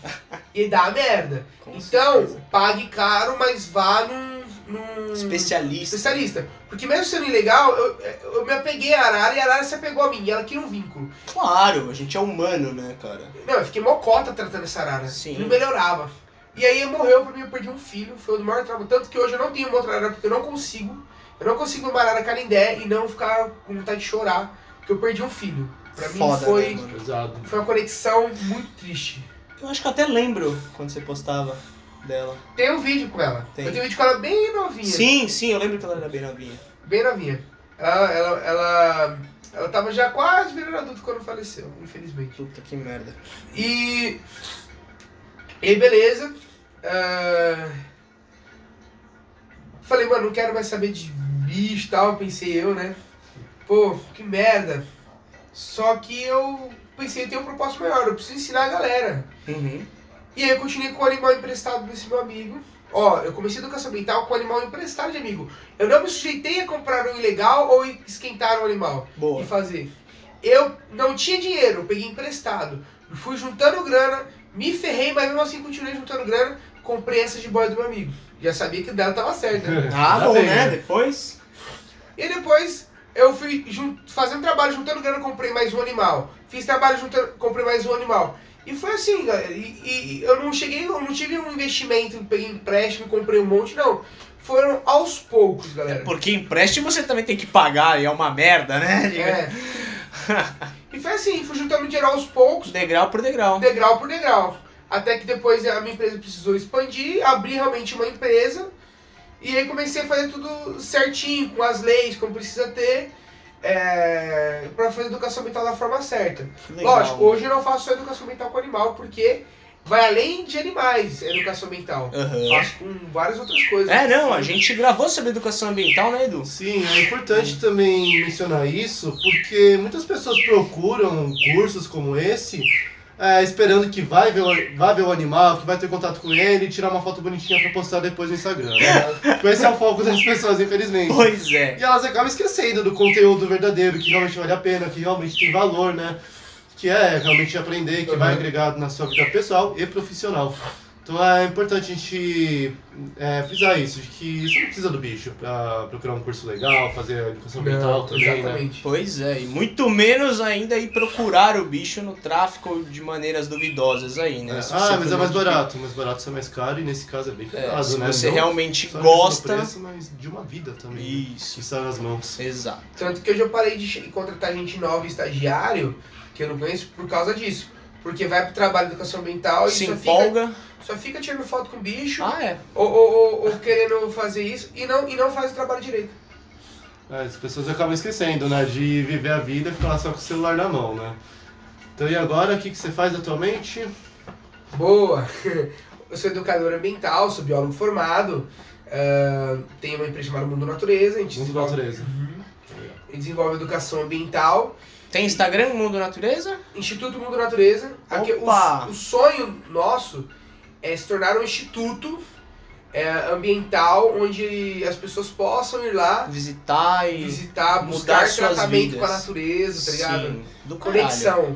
[SPEAKER 3] e dá merda.
[SPEAKER 1] Com
[SPEAKER 3] então,
[SPEAKER 1] certeza.
[SPEAKER 3] pague caro, mas vá num. num...
[SPEAKER 1] Especialista.
[SPEAKER 3] especialista. Porque mesmo sendo ilegal, eu, eu me apeguei à Arara e a Arara se apegou a mim. E ela queria um vínculo.
[SPEAKER 1] Claro, a gente é humano, né, cara?
[SPEAKER 3] Não, eu fiquei mocota tratando essa Arara.
[SPEAKER 1] Sim.
[SPEAKER 3] Não melhorava. E aí morreu pra mim, eu perdi um filho. Foi o maior trauma. Tanto que hoje eu não tenho uma outra Arara porque eu não consigo. Eu não consigo uma Arara Canindé e não ficar com vontade de chorar. Porque eu perdi um filho. Pra
[SPEAKER 1] Foda,
[SPEAKER 3] mim foi,
[SPEAKER 1] né, mano?
[SPEAKER 2] Pesado.
[SPEAKER 3] foi uma conexão muito triste.
[SPEAKER 1] Eu acho que eu até lembro quando você postava dela.
[SPEAKER 3] Tem um vídeo com ela.
[SPEAKER 1] Tem.
[SPEAKER 3] Eu tenho um vídeo com ela bem novinha.
[SPEAKER 1] Sim, sim, eu lembro que ela era bem novinha.
[SPEAKER 3] Bem novinha. Ela, ela, ela, ela tava já quase virando adulto quando faleceu, infelizmente.
[SPEAKER 1] Puta que merda.
[SPEAKER 3] E. E beleza. ah, Falei, mano, não quero mais saber de bicho e tal, pensei eu, né? Pô, que merda. Só que eu pensei, eu tenho um propósito maior, eu preciso ensinar a galera.
[SPEAKER 1] Uhum.
[SPEAKER 3] E aí eu continuei com o animal emprestado desse meu amigo. Ó, eu comecei a educação ambiental com o animal emprestado de amigo. Eu não me sujeitei a comprar um ilegal ou esquentar o animal e
[SPEAKER 1] Boa.
[SPEAKER 3] fazer. Eu não tinha dinheiro, eu peguei emprestado. Fui juntando grana, me ferrei, mas mesmo assim continuei juntando grana. Comprei essa de boia do meu amigo. Já sabia que dela tava certa.
[SPEAKER 1] Ah,
[SPEAKER 2] Já
[SPEAKER 1] bom,
[SPEAKER 2] tem,
[SPEAKER 1] né? Depois.
[SPEAKER 3] e depois eu fui jun- fazendo trabalho, juntando grana, comprei mais um animal. Fiz trabalho, juntando, comprei mais um animal. E foi assim, galera. E, e- e eu não cheguei, eu não tive um investimento, peguei empréstimo, comprei um monte, não. Foram aos poucos, galera.
[SPEAKER 1] Porque empréstimo você também tem que pagar e é uma merda, né?
[SPEAKER 3] É. e foi assim, fui juntando dinheiro aos poucos.
[SPEAKER 1] Degrau por degrau.
[SPEAKER 3] degrau por degrau. Até que depois a minha empresa precisou expandir, abri realmente uma empresa. E aí comecei a fazer tudo certinho, com as leis, como precisa ter, é, para fazer educação ambiental da forma certa.
[SPEAKER 1] Que legal.
[SPEAKER 3] Lógico, hoje eu não faço só educação ambiental com animal, porque vai além de animais a educação
[SPEAKER 2] É.
[SPEAKER 3] ambiental.
[SPEAKER 1] Aham.
[SPEAKER 3] Faço com várias outras coisas.
[SPEAKER 1] É, não, a gente gravou sobre educação ambiental, né, Edu?
[SPEAKER 2] Sim, é importante também mencionar isso, porque muitas pessoas procuram cursos como esse, é, esperando que vai ver, o, vai ver o animal, que vai ter contato com ele e tirar uma foto bonitinha pra postar depois no Instagram. Né? Tipo, Esse é o foco das pessoas, infelizmente.
[SPEAKER 1] Pois é.
[SPEAKER 2] E elas acabam esquecendo do conteúdo verdadeiro, que realmente vale a pena, que realmente tem valor, né? Que é realmente aprender, que vai
[SPEAKER 3] Uhum.
[SPEAKER 2] agregar na sua vida pessoal e profissional. Então é importante a gente é, frisar isso, de que você não precisa do bicho pra procurar um curso legal, fazer educação ambiental também, né?
[SPEAKER 3] exatamente.
[SPEAKER 1] Pois é, e muito menos ainda ir procurar o bicho no tráfico de maneiras duvidosas aí,
[SPEAKER 2] É,
[SPEAKER 1] né? Se você
[SPEAKER 2] Ah, mas
[SPEAKER 1] for
[SPEAKER 2] é mais
[SPEAKER 1] muito-
[SPEAKER 2] barato, mais barato sai mais caro e nesse caso é bem
[SPEAKER 1] É,
[SPEAKER 2] caso,
[SPEAKER 1] se
[SPEAKER 2] né?
[SPEAKER 1] você
[SPEAKER 2] Não
[SPEAKER 1] realmente
[SPEAKER 2] só mesmo
[SPEAKER 1] gosta.
[SPEAKER 2] Preço, mas de uma vida também. né? Que
[SPEAKER 1] Isso,
[SPEAKER 2] está nas mãos.
[SPEAKER 1] exato.
[SPEAKER 3] Tanto que eu já parei de che- contratar gente nova, estagiário, que eu não conheço, por causa disso. Porque vai pro trabalho de educação ambiental e
[SPEAKER 1] Se
[SPEAKER 3] só fica,
[SPEAKER 1] empolga.
[SPEAKER 3] só fica tirando foto com o bicho,
[SPEAKER 1] Ah, é.
[SPEAKER 3] ou, ou- ou- ou querendo fazer isso, e não, e não faz o trabalho direito.
[SPEAKER 2] É, As pessoas acabam esquecendo, né? De viver a vida e ficar lá só com o celular na mão, né? Então e agora, o que, que você faz atualmente?
[SPEAKER 3] Boa! Eu sou educador ambiental, sou biólogo formado, ah, tenho uma empresa chamada Mundo Natureza, a gente
[SPEAKER 2] Mundo
[SPEAKER 3] desenvolve-
[SPEAKER 2] Natureza.
[SPEAKER 3] Uhum. A gente desenvolve educação ambiental,
[SPEAKER 1] Tem Instagram, Mundo Natureza?
[SPEAKER 3] Instituto Mundo Natureza. Aqui, o,
[SPEAKER 1] Opa!
[SPEAKER 3] o sonho nosso é se tornar um instituto é, ambiental onde as pessoas possam ir lá
[SPEAKER 1] Visitar e.
[SPEAKER 3] visitar,
[SPEAKER 1] mudar
[SPEAKER 3] buscar
[SPEAKER 1] suas
[SPEAKER 3] tratamento
[SPEAKER 1] vidas.
[SPEAKER 3] com a natureza, tá ligado?
[SPEAKER 1] Sim, do caralho.
[SPEAKER 3] Conexão.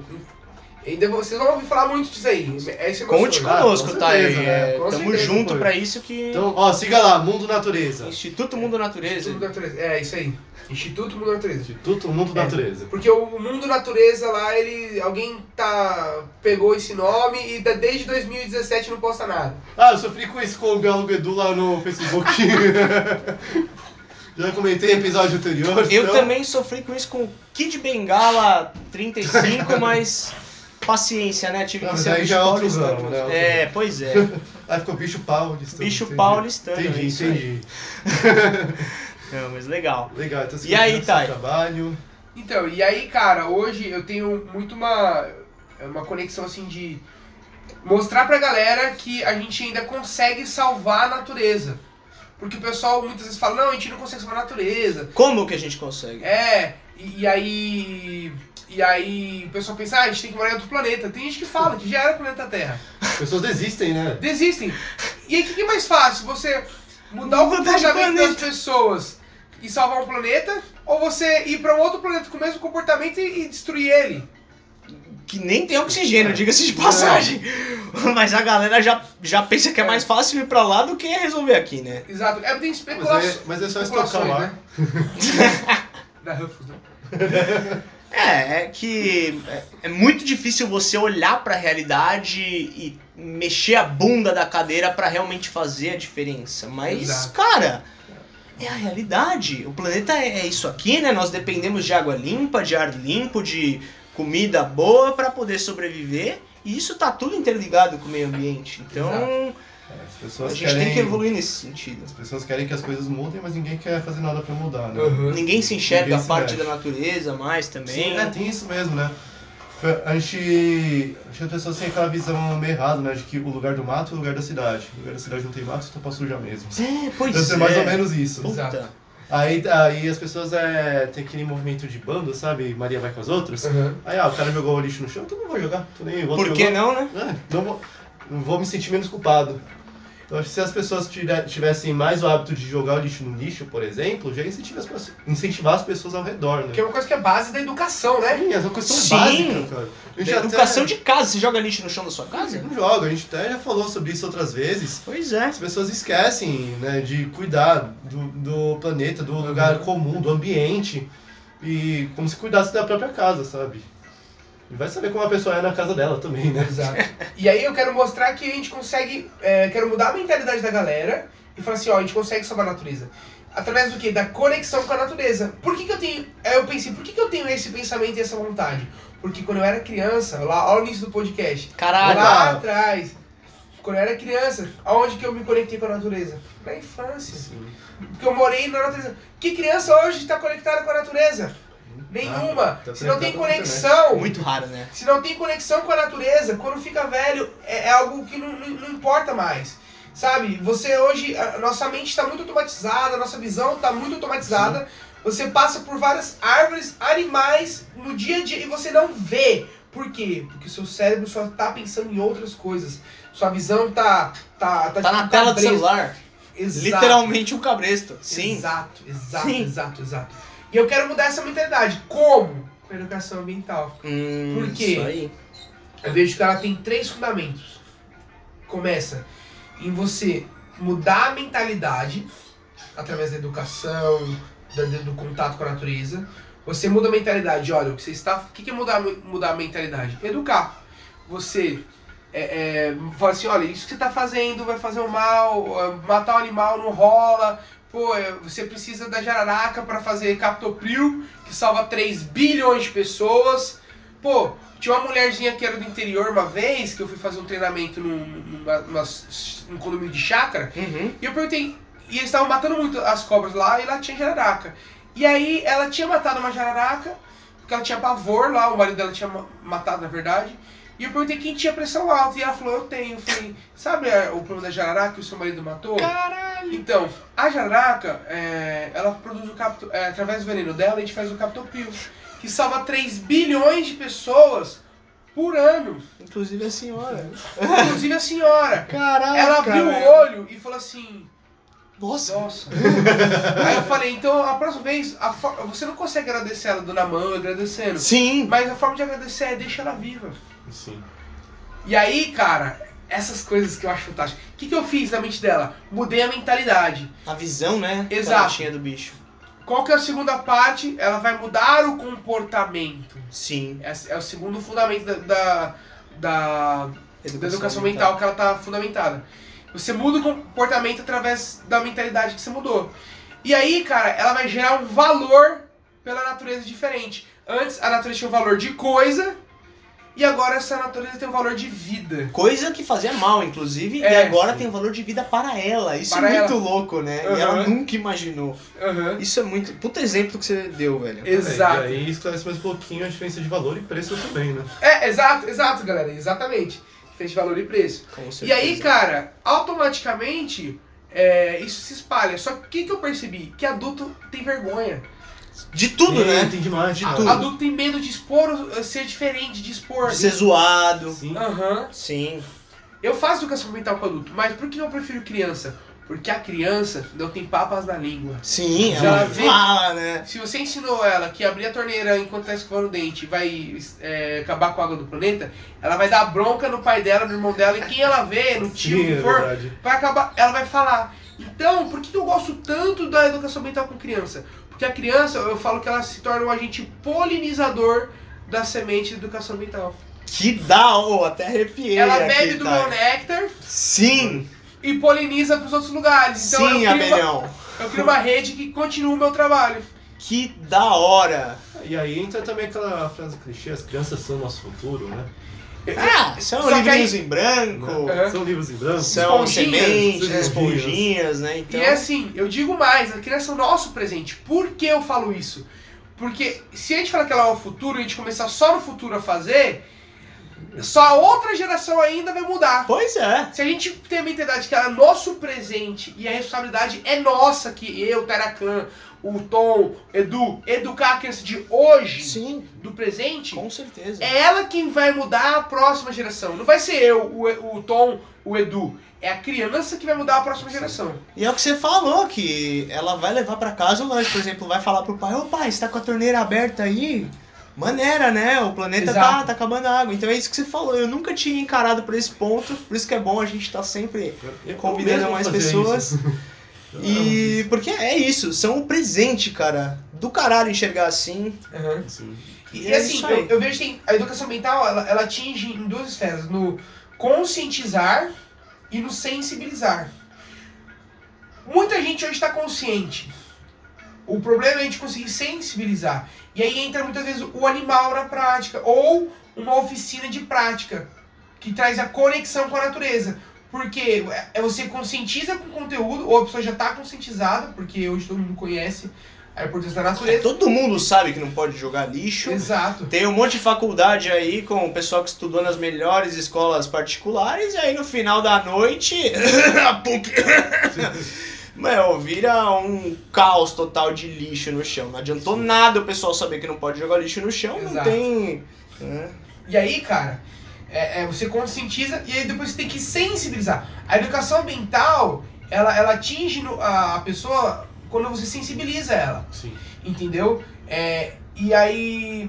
[SPEAKER 3] Ainda Então, vocês vão ouvir falar muito disso aí. Esse é meu
[SPEAKER 1] Conte
[SPEAKER 3] sonho.
[SPEAKER 2] Ah,
[SPEAKER 1] conosco,
[SPEAKER 2] com
[SPEAKER 1] tá
[SPEAKER 2] certeza,
[SPEAKER 1] aí.
[SPEAKER 2] né?
[SPEAKER 1] é,
[SPEAKER 3] Com
[SPEAKER 1] tamo
[SPEAKER 3] certeza,
[SPEAKER 1] junto
[SPEAKER 2] pô.
[SPEAKER 1] pra isso que.
[SPEAKER 2] Então, ó, siga lá, Mundo Natureza.
[SPEAKER 1] Instituto Mundo Natureza.
[SPEAKER 3] Instituto Mundo Natureza. É, isso aí. Instituto Mundo Natureza.
[SPEAKER 2] Instituto Mundo
[SPEAKER 3] É.
[SPEAKER 2] Natureza.
[SPEAKER 3] Porque o Mundo Natureza lá, ele. Alguém tá. pegou esse nome e da- desde 2017 não posta nada.
[SPEAKER 2] Ah, eu sofri com isso com o Biólogo Edu lá no Facebook. Já comentei em episódio anterior.
[SPEAKER 1] Eu
[SPEAKER 2] então-
[SPEAKER 1] também sofri com isso com o Kid Bengala 35, mas paciência, né? Tive
[SPEAKER 2] Não,
[SPEAKER 1] que
[SPEAKER 2] mas
[SPEAKER 1] ser
[SPEAKER 2] aí
[SPEAKER 1] bicho
[SPEAKER 2] já é outro
[SPEAKER 1] paulistano.
[SPEAKER 2] ramo, né? Outro
[SPEAKER 1] É, pois é.
[SPEAKER 2] Aí ficou bicho paulistano.
[SPEAKER 1] Bicho
[SPEAKER 2] entendi.
[SPEAKER 1] paulistano. é
[SPEAKER 2] Entendi,
[SPEAKER 1] isso aí.
[SPEAKER 2] entendi.
[SPEAKER 1] Não, mas legal.
[SPEAKER 2] Legal, então você
[SPEAKER 1] E aí,
[SPEAKER 2] continua com
[SPEAKER 1] Thay?
[SPEAKER 2] seu trabalho.
[SPEAKER 3] Então, e aí, cara, hoje eu tenho muito uma, uma conexão assim de mostrar pra galera que a gente ainda consegue salvar a natureza. Porque o pessoal muitas vezes fala, não, a gente não consegue salvar a natureza.
[SPEAKER 1] Como que a gente consegue?
[SPEAKER 3] É, e, e aí. E aí o pessoal pensa, ah, a gente tem que morar em outro planeta. Tem gente que fala que já era o planeta Terra.
[SPEAKER 2] As pessoas desistem, né?
[SPEAKER 3] Desistem. E aí o que, que é mais fácil? Você mudar o
[SPEAKER 1] Mudar de
[SPEAKER 3] comportamento das
[SPEAKER 1] planeta.
[SPEAKER 3] pessoas e salvar um planeta? Ou você ir pra um outro planeta com o mesmo comportamento e- e destruir ele?
[SPEAKER 1] Que nem tem oxigênio, diga-se de passagem. Mas a galera já, já pensa que é mais fácil ir pra lá do que resolver aqui, né?
[SPEAKER 3] Exato. É, tem
[SPEAKER 2] Mas
[SPEAKER 3] especulações.
[SPEAKER 2] é, mas é só estocar lá.
[SPEAKER 3] né? da Ruffles, né?
[SPEAKER 1] É, é que é, é muito difícil você olhar pra realidade e mexer a bunda da cadeira pra realmente fazer a diferença. Mas,
[SPEAKER 3] Exato.
[SPEAKER 1] cara, é a realidade. O planeta é, é isso aqui, né? Nós dependemos de água limpa, de ar limpo, de comida boa pra poder sobreviver. E isso tá tudo interligado com o meio ambiente. Então,
[SPEAKER 2] É, As
[SPEAKER 1] a
[SPEAKER 2] pessoas
[SPEAKER 1] gente
[SPEAKER 2] querem...
[SPEAKER 1] tem que evoluir nesse sentido.
[SPEAKER 2] As pessoas querem que as coisas mudem, mas ninguém quer fazer nada pra mudar, né?
[SPEAKER 3] Uhum.
[SPEAKER 1] Ninguém se enxerga
[SPEAKER 2] Ninguém
[SPEAKER 1] a
[SPEAKER 2] se
[SPEAKER 1] parte
[SPEAKER 2] mexe.
[SPEAKER 1] da natureza mais também.
[SPEAKER 2] Sim, é, tem isso mesmo, né? A gente. é Acho que as pessoas têm aquela visão meio errada, né? De que o lugar do mato é o lugar da cidade. O lugar da cidade não tem mato, então posso sujar mesmo.
[SPEAKER 1] É, pois
[SPEAKER 2] Deve ser
[SPEAKER 1] é.
[SPEAKER 2] Então, mais ou menos isso.
[SPEAKER 1] Puta.
[SPEAKER 3] Exato.
[SPEAKER 2] Aí, aí as pessoas é, tem aquele movimento de bando, sabe? Maria vai com as outras. Aí, ah, o cara jogou o lixo no chão, então não vou jogar. Tô nem, aí, o outro
[SPEAKER 1] Por que
[SPEAKER 2] jogou.
[SPEAKER 1] não, né?
[SPEAKER 2] É, não vou, não vou me sentir menos culpado. Então, acho que se as pessoas tira- tivessem mais o hábito de jogar o lixo no lixo, por exemplo, já incentiva as, pessoas- incentivar as pessoas ao redor, né?
[SPEAKER 3] Que é uma coisa que é base da educação, né?
[SPEAKER 2] Sim, é uma questão
[SPEAKER 1] Sim.
[SPEAKER 2] básica, cara. A
[SPEAKER 1] Da educação de casa, você joga lixo no chão da sua
[SPEAKER 2] até
[SPEAKER 1] casa?
[SPEAKER 2] não joga, a gente até já falou sobre isso outras vezes.
[SPEAKER 1] Pois é.
[SPEAKER 2] As pessoas esquecem né, de cuidar do, do planeta, do lugar
[SPEAKER 1] Uhum.
[SPEAKER 2] comum, do ambiente. E como se cuidasse da própria casa, sabe? E vai saber como a pessoa é na casa dela também, né?
[SPEAKER 3] Exato. E aí eu quero mostrar que a gente consegue. é, quero mudar a mentalidade da galera e falar assim, ó, a gente consegue salvar a natureza. Através do quê? Da conexão com a natureza. Por que, que eu tenho. Aí eu pensei, por que, que eu tenho esse pensamento e essa vontade? Porque quando eu era criança, lá, olha o início do podcast.
[SPEAKER 1] Caralho.
[SPEAKER 3] lá atrás, quando eu era criança, aonde que eu me conectei com a natureza? Na infância. Porque eu morei na natureza. Que criança hoje está conectada com a natureza? Nenhuma.
[SPEAKER 2] tá
[SPEAKER 3] se não tem
[SPEAKER 2] conectado com a internet.
[SPEAKER 3] conexão,
[SPEAKER 1] Ah, Muito raro, né?
[SPEAKER 3] se não tem conexão com a natureza, quando fica velho, é, é algo que não, não- não importa mais. Sabe? Você hoje, a a nossa mente está muito automatizada, a nossa visão está muito automatizada. Você passa por várias árvores, animais no dia a dia e você não vê. Por quê? Porque seu cérebro só tá pensando em outras coisas. Sua visão tá. Tá,
[SPEAKER 1] Tá na tela do
[SPEAKER 3] cabresto.
[SPEAKER 1] celular.
[SPEAKER 3] Exato.
[SPEAKER 1] Literalmente um cabresto. Sim.
[SPEAKER 3] Exato, exato,
[SPEAKER 1] Sim.
[SPEAKER 3] exato, exato. E eu quero mudar essa mentalidade. Como? Com a educação ambiental.
[SPEAKER 1] Hum,
[SPEAKER 3] Por quê?
[SPEAKER 1] Isso aí.
[SPEAKER 3] Eu vejo que ela tem três fundamentos: começa em você mudar a mentalidade através da educação, da- do contato com a natureza. Você muda a mentalidade. Olha, o que você está. O que que é mudar, mudar a mentalidade? Educar. Você é, é, fala assim, olha, isso que você tá fazendo vai fazer o mal, é, matar o animal não rola. Pô, é, você precisa da jararaca para fazer captopril, que salva 3 bilhões de pessoas. Pô, tinha uma mulherzinha que era do interior uma vez, que eu fui fazer um treinamento num, numa- numa- num condomínio de chácara,
[SPEAKER 1] Uhum.
[SPEAKER 3] e eu perguntei. E eles estavam matando muito as cobras lá e lá tinha jararaca. E aí ela tinha matado uma jararaca, porque ela tinha pavor lá, o marido dela tinha ma- matado na verdade. E eu perguntei quem tinha pressão alta. E ela falou, eu tenho. Eu falei, sabe é, o problema da jararaca que o seu marido matou? Caralho! Então, a jararaca, é, ela produz o capto, é, através do veneno dela, a gente faz o captopil, que salva 3 bilhões de pessoas por ano.
[SPEAKER 1] Inclusive a senhora.
[SPEAKER 3] Inclusive a senhora.
[SPEAKER 1] Caraca.
[SPEAKER 3] Ela abriu
[SPEAKER 1] velho.
[SPEAKER 3] o olho e falou assim,
[SPEAKER 4] Nossa,
[SPEAKER 3] nossa. Aí eu falei, então a próxima vez, a fo- você não consegue agradecer ela dando a mão, agradecendo.
[SPEAKER 1] Sim.
[SPEAKER 3] Mas a forma de agradecer é deixar ela viva.
[SPEAKER 2] Sim.
[SPEAKER 3] E aí, cara, essas coisas que eu acho fantástico. O que, que eu fiz na mente dela? Mudei a mentalidade.
[SPEAKER 1] A visão, né? que
[SPEAKER 3] Exato.
[SPEAKER 1] ela tinha do bicho.
[SPEAKER 3] Qual que é a segunda parte? Ela vai mudar o comportamento.
[SPEAKER 1] Sim.
[SPEAKER 3] É, é o segundo fundamento da, da, da- da educação mental que ela tá fundamentada. Você muda o comportamento através da mentalidade que você mudou. E aí, cara, ela vai gerar um valor pela natureza diferente. Antes a natureza tinha um valor de coisa e agora essa natureza tem um valor de vida.
[SPEAKER 1] Coisa que fazia mal, inclusive, e
[SPEAKER 3] É,
[SPEAKER 1] agora
[SPEAKER 2] sim.
[SPEAKER 1] tem valor de vida para ela. Isso
[SPEAKER 3] Para
[SPEAKER 1] é muito louco, né?
[SPEAKER 3] Aham.
[SPEAKER 1] E ela nunca imaginou.
[SPEAKER 3] Aham.
[SPEAKER 1] Isso é muito. Puta exemplo que você deu, velho.
[SPEAKER 3] Exato.
[SPEAKER 2] É, e aí esclarece mais um pouquinho a diferença de valor e preço também, né?
[SPEAKER 3] É, exato, exato, galera, exatamente. Diferente de valor e preço.
[SPEAKER 1] Com certeza.
[SPEAKER 3] E aí, cara, automaticamente é, isso se espalha. Só que o que, que eu percebi? Que adulto tem vergonha.
[SPEAKER 1] De tudo,
[SPEAKER 2] E
[SPEAKER 1] né?
[SPEAKER 2] Tem demais, Ah, de
[SPEAKER 3] A-
[SPEAKER 2] tudo.
[SPEAKER 3] Adulto tem medo de expor, o- eh, ser diferente, de expor.
[SPEAKER 1] De ser zoado.
[SPEAKER 2] Sim. Ah,
[SPEAKER 3] Aham.
[SPEAKER 1] Sim.
[SPEAKER 3] Eu faço educação mental com adulto, mas por que eu prefiro criança? Porque a criança não tem papas na língua.
[SPEAKER 1] Sim,
[SPEAKER 2] Já
[SPEAKER 1] ela
[SPEAKER 3] vi.
[SPEAKER 1] fala, né?
[SPEAKER 3] Se você ensinou ela que abrir a torneira enquanto tá escovando o dente vai é, acabar com a água do planeta, ela vai dar bronca no pai dela, no irmão dela, e quem ela vê, no tio,
[SPEAKER 2] Sim,
[SPEAKER 3] que
[SPEAKER 2] é
[SPEAKER 3] for,
[SPEAKER 2] verdade.
[SPEAKER 3] vai acabar, ela vai falar. Então, por que eu gosto tanto da educação mental com criança? Porque a criança, eu falo que ela se torna um agente polinizador da semente da educação mental.
[SPEAKER 1] Que da hora, até arrepiei.
[SPEAKER 3] ela
[SPEAKER 1] aqui,
[SPEAKER 3] bebe do
[SPEAKER 1] tá?
[SPEAKER 3] meu néctar
[SPEAKER 1] Sim,
[SPEAKER 3] e poliniza para os outros lugares. Então
[SPEAKER 1] sim,
[SPEAKER 3] eu, crio uma,
[SPEAKER 1] abelhão.
[SPEAKER 3] eu crio uma rede que continua o meu trabalho.
[SPEAKER 1] Que da hora.
[SPEAKER 2] E aí entra também aquela frase clichê, as crianças são nosso futuro, né?
[SPEAKER 1] Ah, são
[SPEAKER 3] Só que
[SPEAKER 1] livrinhos em
[SPEAKER 2] Não.
[SPEAKER 1] branco,
[SPEAKER 3] É.
[SPEAKER 2] São livros em branco.
[SPEAKER 1] são
[SPEAKER 3] Esponjinhas.
[SPEAKER 1] sementes,
[SPEAKER 2] Esponjinhas.
[SPEAKER 1] esponjinhas, né? Então,
[SPEAKER 3] E é assim, eu digo mais, a criança é o nosso presente. Por que eu falo isso? Porque se a gente falar que ela é o futuro e a gente começar só no futuro a fazer, só a outra geração ainda vai mudar.
[SPEAKER 1] pois é.
[SPEAKER 3] Se a gente tem a mentalidade que ela é nosso presente e a responsabilidade é nossa, que eu, Taracan, o Tom, Edu, educar a criança de hoje,
[SPEAKER 1] Sim,
[SPEAKER 3] do presente,
[SPEAKER 1] com certeza.
[SPEAKER 3] é ela quem vai mudar a próxima geração. Não vai ser eu, o, E- o Tom, o Edu. É a criança que vai mudar a próxima geração.
[SPEAKER 1] E é o que você falou, que ela vai levar pra casa o lanche, por exemplo, vai falar pro pai, ô pai, você tá com a torneira aberta aí? Maneira, né? O planeta tá,
[SPEAKER 3] Exato.
[SPEAKER 1] tá acabando a água. Então é isso que você falou. Eu nunca tinha encarado por esse ponto, por isso que é bom a gente estar sempre
[SPEAKER 2] Eu
[SPEAKER 1] convidando
[SPEAKER 2] mesmo
[SPEAKER 1] mais
[SPEAKER 2] fazia
[SPEAKER 1] pessoas.
[SPEAKER 2] isso. Ah,
[SPEAKER 1] E porque é isso, são o presente, cara. Do caralho enxergar assim.
[SPEAKER 2] Sim.
[SPEAKER 3] E,
[SPEAKER 1] E
[SPEAKER 3] e
[SPEAKER 1] é
[SPEAKER 3] assim,
[SPEAKER 1] isso aí.
[SPEAKER 3] eu, eu vejo que tem- a educação mental ela, ela atinge em duas esferas: no conscientizar e no sensibilizar. Muita gente hoje está consciente. O problema é a gente conseguir sensibilizar. E aí entra muitas vezes o animal na prática, ou uma oficina de prática, que traz a conexão com a natureza. Porque é- é você conscientiza com o conteúdo, ou a pessoa já está conscientizada, porque hoje todo mundo conhece a importância da
[SPEAKER 1] É,
[SPEAKER 3] natureza.
[SPEAKER 1] todo mundo sabe que não pode jogar lixo.
[SPEAKER 3] Exato.
[SPEAKER 1] Tem um monte de faculdade aí com o pessoal que estudou nas melhores escolas particulares, e aí no final da noite. a PUC. Meu, vira um caos total de lixo no chão. Não adiantou nada o pessoal saber que não pode jogar lixo no chão, não
[SPEAKER 3] Exato.
[SPEAKER 1] tem. né?
[SPEAKER 3] E aí, cara, é- é, você conscientiza e aí depois você tem que sensibilizar. A educação ambiental, ela, ela atinge no- a, a pessoa quando você sensibiliza ela,
[SPEAKER 2] Sim.
[SPEAKER 3] entendeu? É, e aí,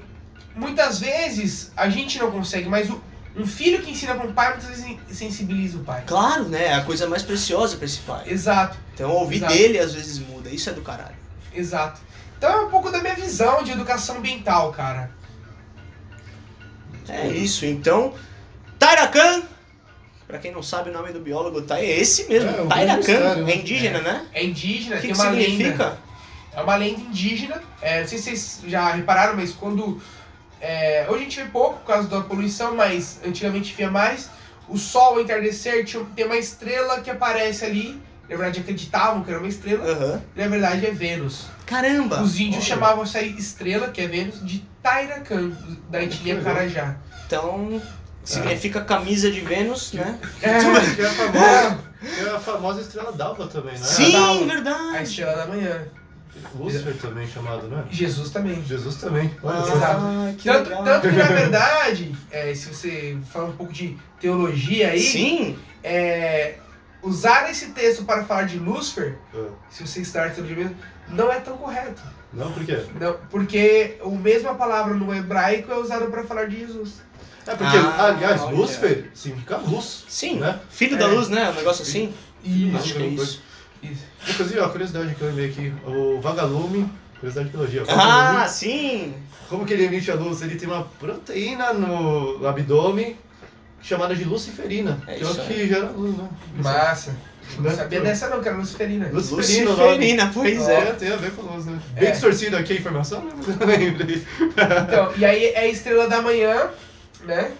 [SPEAKER 3] muitas vezes, a gente não consegue, mas o, Um filho que ensina para um pai muitas vezes sensibiliza o pai.
[SPEAKER 1] Claro, né? É a coisa mais preciosa pra esse pai.
[SPEAKER 3] Exato,
[SPEAKER 1] Então ouvir
[SPEAKER 3] Exato.
[SPEAKER 1] dele às vezes muda. Isso é do caralho.
[SPEAKER 3] exato. Então é um pouco da minha visão de educação ambiental, cara.
[SPEAKER 1] É isso. Então, Tairacan, pra quem não sabe o nome do biólogo, tá, é esse mesmo.
[SPEAKER 2] É, o
[SPEAKER 1] Tairacan
[SPEAKER 2] Rubens
[SPEAKER 1] é indígena, né?
[SPEAKER 3] É indígena,
[SPEAKER 1] O que,
[SPEAKER 3] tem
[SPEAKER 1] que
[SPEAKER 3] uma lenda.
[SPEAKER 1] significa?
[SPEAKER 3] É uma lenda indígena. É, não sei se vocês já repararam, mas quando. é, hoje a gente vê pouco por causa da poluição, mas antigamente via mais. O sol ao entardecer tinha, tem uma estrela que aparece ali. Na verdade, acreditavam que era uma estrela.
[SPEAKER 1] Aham.
[SPEAKER 3] Na verdade, é Vênus.
[SPEAKER 1] Caramba!
[SPEAKER 3] Os índios
[SPEAKER 2] olha.
[SPEAKER 3] chamavam essa estrela, que é Vênus, de Tairacan, da etnia
[SPEAKER 2] legal.
[SPEAKER 3] Carajá.
[SPEAKER 1] Então, significa camisa de Vênus, né?
[SPEAKER 3] É,
[SPEAKER 2] Que é a famosa, que é a famosa estrela d'alva também, né?
[SPEAKER 1] Sim,
[SPEAKER 3] a
[SPEAKER 1] Ah, verdade!
[SPEAKER 3] estrela da manhã.
[SPEAKER 2] Lúcifer também chamado, não é?
[SPEAKER 3] Jesus também.
[SPEAKER 2] Jesus também. Olha só.
[SPEAKER 1] Ah, que
[SPEAKER 3] Tanto,
[SPEAKER 1] legal.
[SPEAKER 3] tanto que, na verdade, é, se você falar um pouco de teologia aí,
[SPEAKER 1] Sim,
[SPEAKER 3] é, usar esse texto para falar de Lúcifer,
[SPEAKER 2] Ah,
[SPEAKER 3] se você estudar teologia mesmo, não é tão correto.
[SPEAKER 2] Não, por quê?
[SPEAKER 3] Não, porque a mesma palavra no hebraico é usada para falar de Jesus.
[SPEAKER 2] É porque,
[SPEAKER 1] Ah,
[SPEAKER 2] aliás,
[SPEAKER 1] olha.
[SPEAKER 2] Lúcifer significa luz,
[SPEAKER 1] sim.
[SPEAKER 2] né?
[SPEAKER 1] Filho da
[SPEAKER 3] É.
[SPEAKER 1] luz, né? Um negócio assim.
[SPEAKER 2] Isso.
[SPEAKER 1] Acho que é isso.
[SPEAKER 3] Isso.
[SPEAKER 2] Inclusive, ó, curiosidade que eu lembrei aqui, o vagalume, curiosidade de biologia, o vagalume,
[SPEAKER 1] Ah, sim!
[SPEAKER 2] como que ele emite a luz? Ele tem uma proteína no abdômen chamada de luciferina,
[SPEAKER 1] É
[SPEAKER 2] que é
[SPEAKER 1] isso
[SPEAKER 2] o
[SPEAKER 1] aí.
[SPEAKER 2] que gera luz, né?
[SPEAKER 3] Massa. Não
[SPEAKER 2] Né?
[SPEAKER 3] sabia dessa não, cara, luciferina.
[SPEAKER 2] Luciferina, o nome.
[SPEAKER 1] Luciferina, pois é.
[SPEAKER 2] É, tem a ver com luz, né?
[SPEAKER 3] É.
[SPEAKER 2] Bem distorcida aqui a informação, né? Mas eu lembrei.
[SPEAKER 3] Então, e aí é a estrela da manhã, né?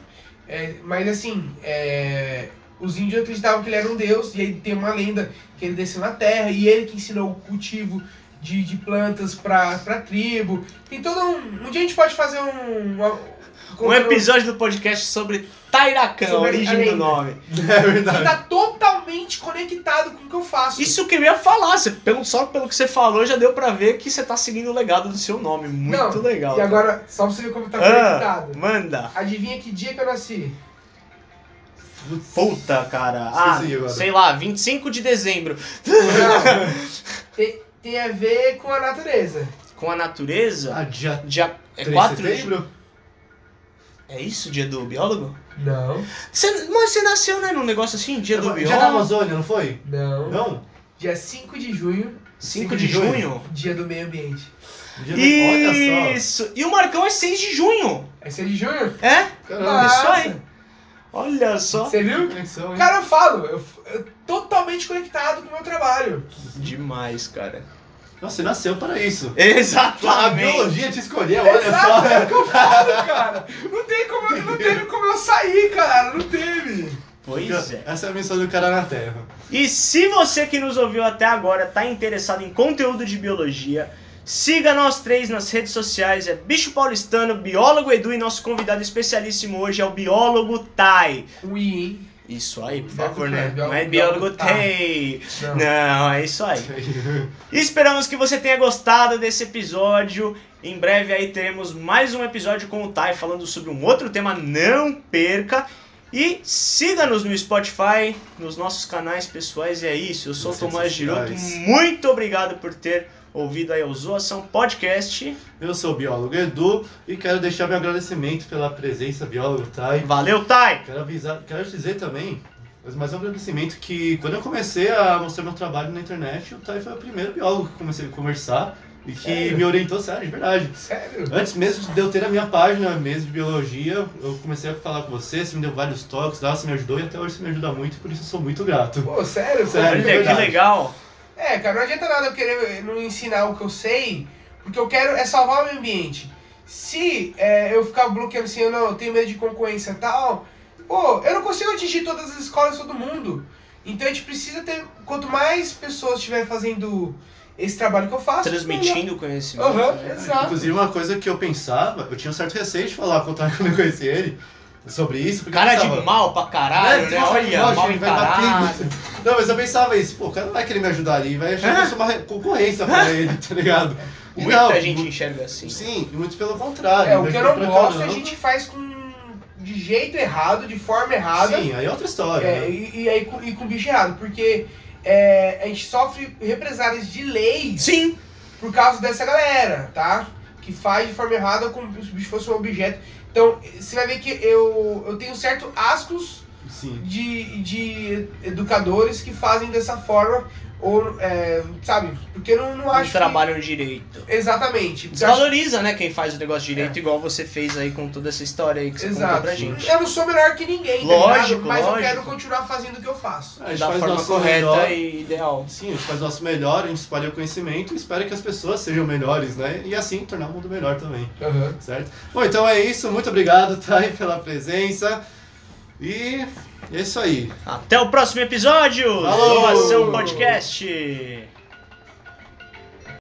[SPEAKER 3] É, mas assim, é, os índios acreditavam que ele era um deus, e aí tem uma lenda que ele desceu na terra, e ele que ensinou o cultivo de, de plantas pra, pra tribo. Tem todo um. Um dia a gente pode fazer um. uma-
[SPEAKER 1] Um episódio do podcast sobre Tairacan, a
[SPEAKER 3] Sobre a
[SPEAKER 1] origem
[SPEAKER 3] lenda.
[SPEAKER 1] do nome.
[SPEAKER 2] É
[SPEAKER 3] que
[SPEAKER 2] verdade.
[SPEAKER 3] tá totalmente conectado com o que eu faço.
[SPEAKER 1] Isso que eu ia falar, você, pelo, só pelo que você falou já deu pra ver que você tá seguindo o legado do seu nome. Muito
[SPEAKER 3] Não,
[SPEAKER 1] legal.
[SPEAKER 3] E agora, só pra você ver como tá
[SPEAKER 1] Ah.
[SPEAKER 3] conectado.
[SPEAKER 1] Manda!
[SPEAKER 3] Adivinha que dia que eu nasci?
[SPEAKER 1] Puta, cara.
[SPEAKER 2] Esqueci
[SPEAKER 1] ah,
[SPEAKER 2] agora.
[SPEAKER 1] sei lá, 25 de dezembro.
[SPEAKER 3] Não. tem, tem a ver com a natureza.
[SPEAKER 1] Com a natureza,
[SPEAKER 2] Ah, dia
[SPEAKER 1] dia. É
[SPEAKER 2] 3
[SPEAKER 1] 4
[SPEAKER 2] de setembro?
[SPEAKER 1] É isso, dia do biólogo?
[SPEAKER 3] Não,
[SPEAKER 1] Você, mas você nasceu, né, num negócio assim, dia do
[SPEAKER 2] Dia da
[SPEAKER 1] biólogo?
[SPEAKER 2] Amazônia, não foi?
[SPEAKER 3] não.
[SPEAKER 2] Não?
[SPEAKER 3] Dia 5 de junho,
[SPEAKER 1] 5 de junho?
[SPEAKER 3] dia do meio ambiente.
[SPEAKER 2] Dia da- Olha
[SPEAKER 1] Isso! E o Marcão é 6 de junho!
[SPEAKER 3] É 6 de junho?
[SPEAKER 1] É?
[SPEAKER 2] só. Caramba.
[SPEAKER 1] isso aí. Olha só!
[SPEAKER 3] Você viu?
[SPEAKER 2] Conexão, hein?
[SPEAKER 3] Cara, eu falo, eu, eu totalmente conectado com o meu trabalho.
[SPEAKER 1] Demais, cara.
[SPEAKER 2] Nossa, você nasceu para isso. A
[SPEAKER 1] Exatamente!
[SPEAKER 2] biologia te escolheu, olha
[SPEAKER 3] Exato, é o
[SPEAKER 2] só.
[SPEAKER 3] que eu falo, cara. Não, tem como, eu- não teve como eu sair, cara. Não teve.
[SPEAKER 1] Pois é.
[SPEAKER 2] Essa é a missão do cara na Terra.
[SPEAKER 1] E se você que nos ouviu até agora tá interessado em conteúdo de biologia, siga nós três nas redes sociais, é Bicho Paulistano, Biólogo Edu e nosso convidado especialíssimo hoje é o biólogo Tai.
[SPEAKER 3] O I, hein?
[SPEAKER 1] Isso aí, por
[SPEAKER 3] Biólogo
[SPEAKER 1] favor,
[SPEAKER 3] Tai,
[SPEAKER 1] né? Não é
[SPEAKER 3] biólogo-
[SPEAKER 1] biólogo
[SPEAKER 3] biólogo
[SPEAKER 1] Tai.
[SPEAKER 3] Não.
[SPEAKER 1] Não, é isso aí. Esperamos que você tenha gostado desse episódio. Em breve aí teremos mais um episódio com o Tai falando sobre um outro tema. Não perca! E siga-nos no Spotify, nos nossos canais pessoais. E é isso. Eu sou o
[SPEAKER 2] Nas redes
[SPEAKER 1] Tomás Giroto.
[SPEAKER 2] sociais.
[SPEAKER 1] Muito obrigado por ter ouvido aí o Zoação Podcast.
[SPEAKER 2] Eu sou o biólogo Edu e quero deixar meu agradecimento pela presença, biólogo Thay.
[SPEAKER 1] Valeu, Tai!
[SPEAKER 2] Quero avisar, quero te dizer também, mas mais um agradecimento que quando eu comecei a mostrar meu trabalho na internet, o Thay foi o primeiro biólogo que comecei a conversar e que
[SPEAKER 3] Sério?
[SPEAKER 2] me orientou, sério, de verdade.
[SPEAKER 3] Sério?
[SPEAKER 2] Antes mesmo de eu ter a minha página mesmo de biologia, eu comecei a falar com você, você me deu vários toques, lá, você me ajudou e até hoje você me ajuda muito, por isso eu sou muito grato.
[SPEAKER 3] Pô, sério?
[SPEAKER 2] Sério,
[SPEAKER 3] Sério?
[SPEAKER 1] Olha que
[SPEAKER 2] verdade.
[SPEAKER 1] legal!
[SPEAKER 3] É, cara, não adianta nada eu querer eh, não ensinar o que eu sei, porque eu quero é salvar o meio ambiente. Se é, eu ficar bloqueando assim, eu não, eu tenho medo de concorrência e tal, pô, eu não consigo atingir todas as escolas, todo mundo. Então a gente precisa ter, quanto mais pessoas estiver fazendo esse trabalho que eu faço,
[SPEAKER 1] Transmitindo o conhecimento.
[SPEAKER 3] Aham,
[SPEAKER 1] né?
[SPEAKER 3] exato.
[SPEAKER 2] Inclusive, uma coisa que eu pensava, eu tinha um certo receio de falar com o Tarek quando eu conheci ele sobre isso. Porque
[SPEAKER 1] Cara
[SPEAKER 2] eu
[SPEAKER 1] de
[SPEAKER 2] pensava,
[SPEAKER 1] mal pra caralho,
[SPEAKER 2] "Né,
[SPEAKER 1] né?
[SPEAKER 2] nossa,
[SPEAKER 1] Olha,
[SPEAKER 2] lógico,
[SPEAKER 1] mal
[SPEAKER 2] ele vai bater em
[SPEAKER 1] encarado.
[SPEAKER 2] você." Não, mas eu pensava isso, pô, o cara não vai querer me ajudar ali, vai achar que eu sou uma concorrência pra ele, tá ligado? E
[SPEAKER 1] Muita
[SPEAKER 2] não,
[SPEAKER 1] gente
[SPEAKER 2] mu-
[SPEAKER 1] enxerga assim.
[SPEAKER 2] Sim, e muito pelo contrário.
[SPEAKER 3] É, o
[SPEAKER 2] me
[SPEAKER 3] que eu
[SPEAKER 2] ajudou
[SPEAKER 3] não
[SPEAKER 2] pra
[SPEAKER 3] gosto, a
[SPEAKER 2] caramba.
[SPEAKER 3] gente faz com de jeito errado, de forma errada.
[SPEAKER 2] Sim, aí é outra história.
[SPEAKER 3] É,
[SPEAKER 2] né?
[SPEAKER 3] e, e aí com, e com bicho errado, porque é, a gente sofre represálias de leis
[SPEAKER 1] Sim!
[SPEAKER 3] por causa dessa galera, tá? Que faz de forma errada como se o bicho fosse um objeto. Então, você vai ver que eu, eu tenho certo ascos
[SPEAKER 2] Sim.
[SPEAKER 3] de, de educadores que fazem dessa forma, ou, é, sabe? Porque eu não, não acho.
[SPEAKER 1] Não
[SPEAKER 3] que-
[SPEAKER 1] trabalham direito.
[SPEAKER 3] Exatamente. Porque eu acho-
[SPEAKER 1] Desvaloriza, né, quem faz o negócio direito, igual você fez aí com toda essa história aí que você contou
[SPEAKER 3] Exato. É.
[SPEAKER 1] pra gente.
[SPEAKER 3] Eu não sou melhor que ninguém, tá
[SPEAKER 1] Lógico,
[SPEAKER 3] ligado? Mas eu
[SPEAKER 1] lógico.
[SPEAKER 3] quero continuar fazendo o que eu faço.
[SPEAKER 2] A gente
[SPEAKER 1] da
[SPEAKER 2] faz
[SPEAKER 1] forma
[SPEAKER 2] nosso
[SPEAKER 1] correta
[SPEAKER 2] melhor.
[SPEAKER 1] e ideal.
[SPEAKER 2] Sim, a gente faz o nosso melhor, a gente espalha o conhecimento e espera que as pessoas sejam melhores, né? E assim tornar o mundo melhor também, certo? Bom, então é isso. Muito obrigado, Thay, pela presença. E é isso aí.
[SPEAKER 1] Até o próximo episódio!
[SPEAKER 2] Falou!
[SPEAKER 1] Inovação Podcast!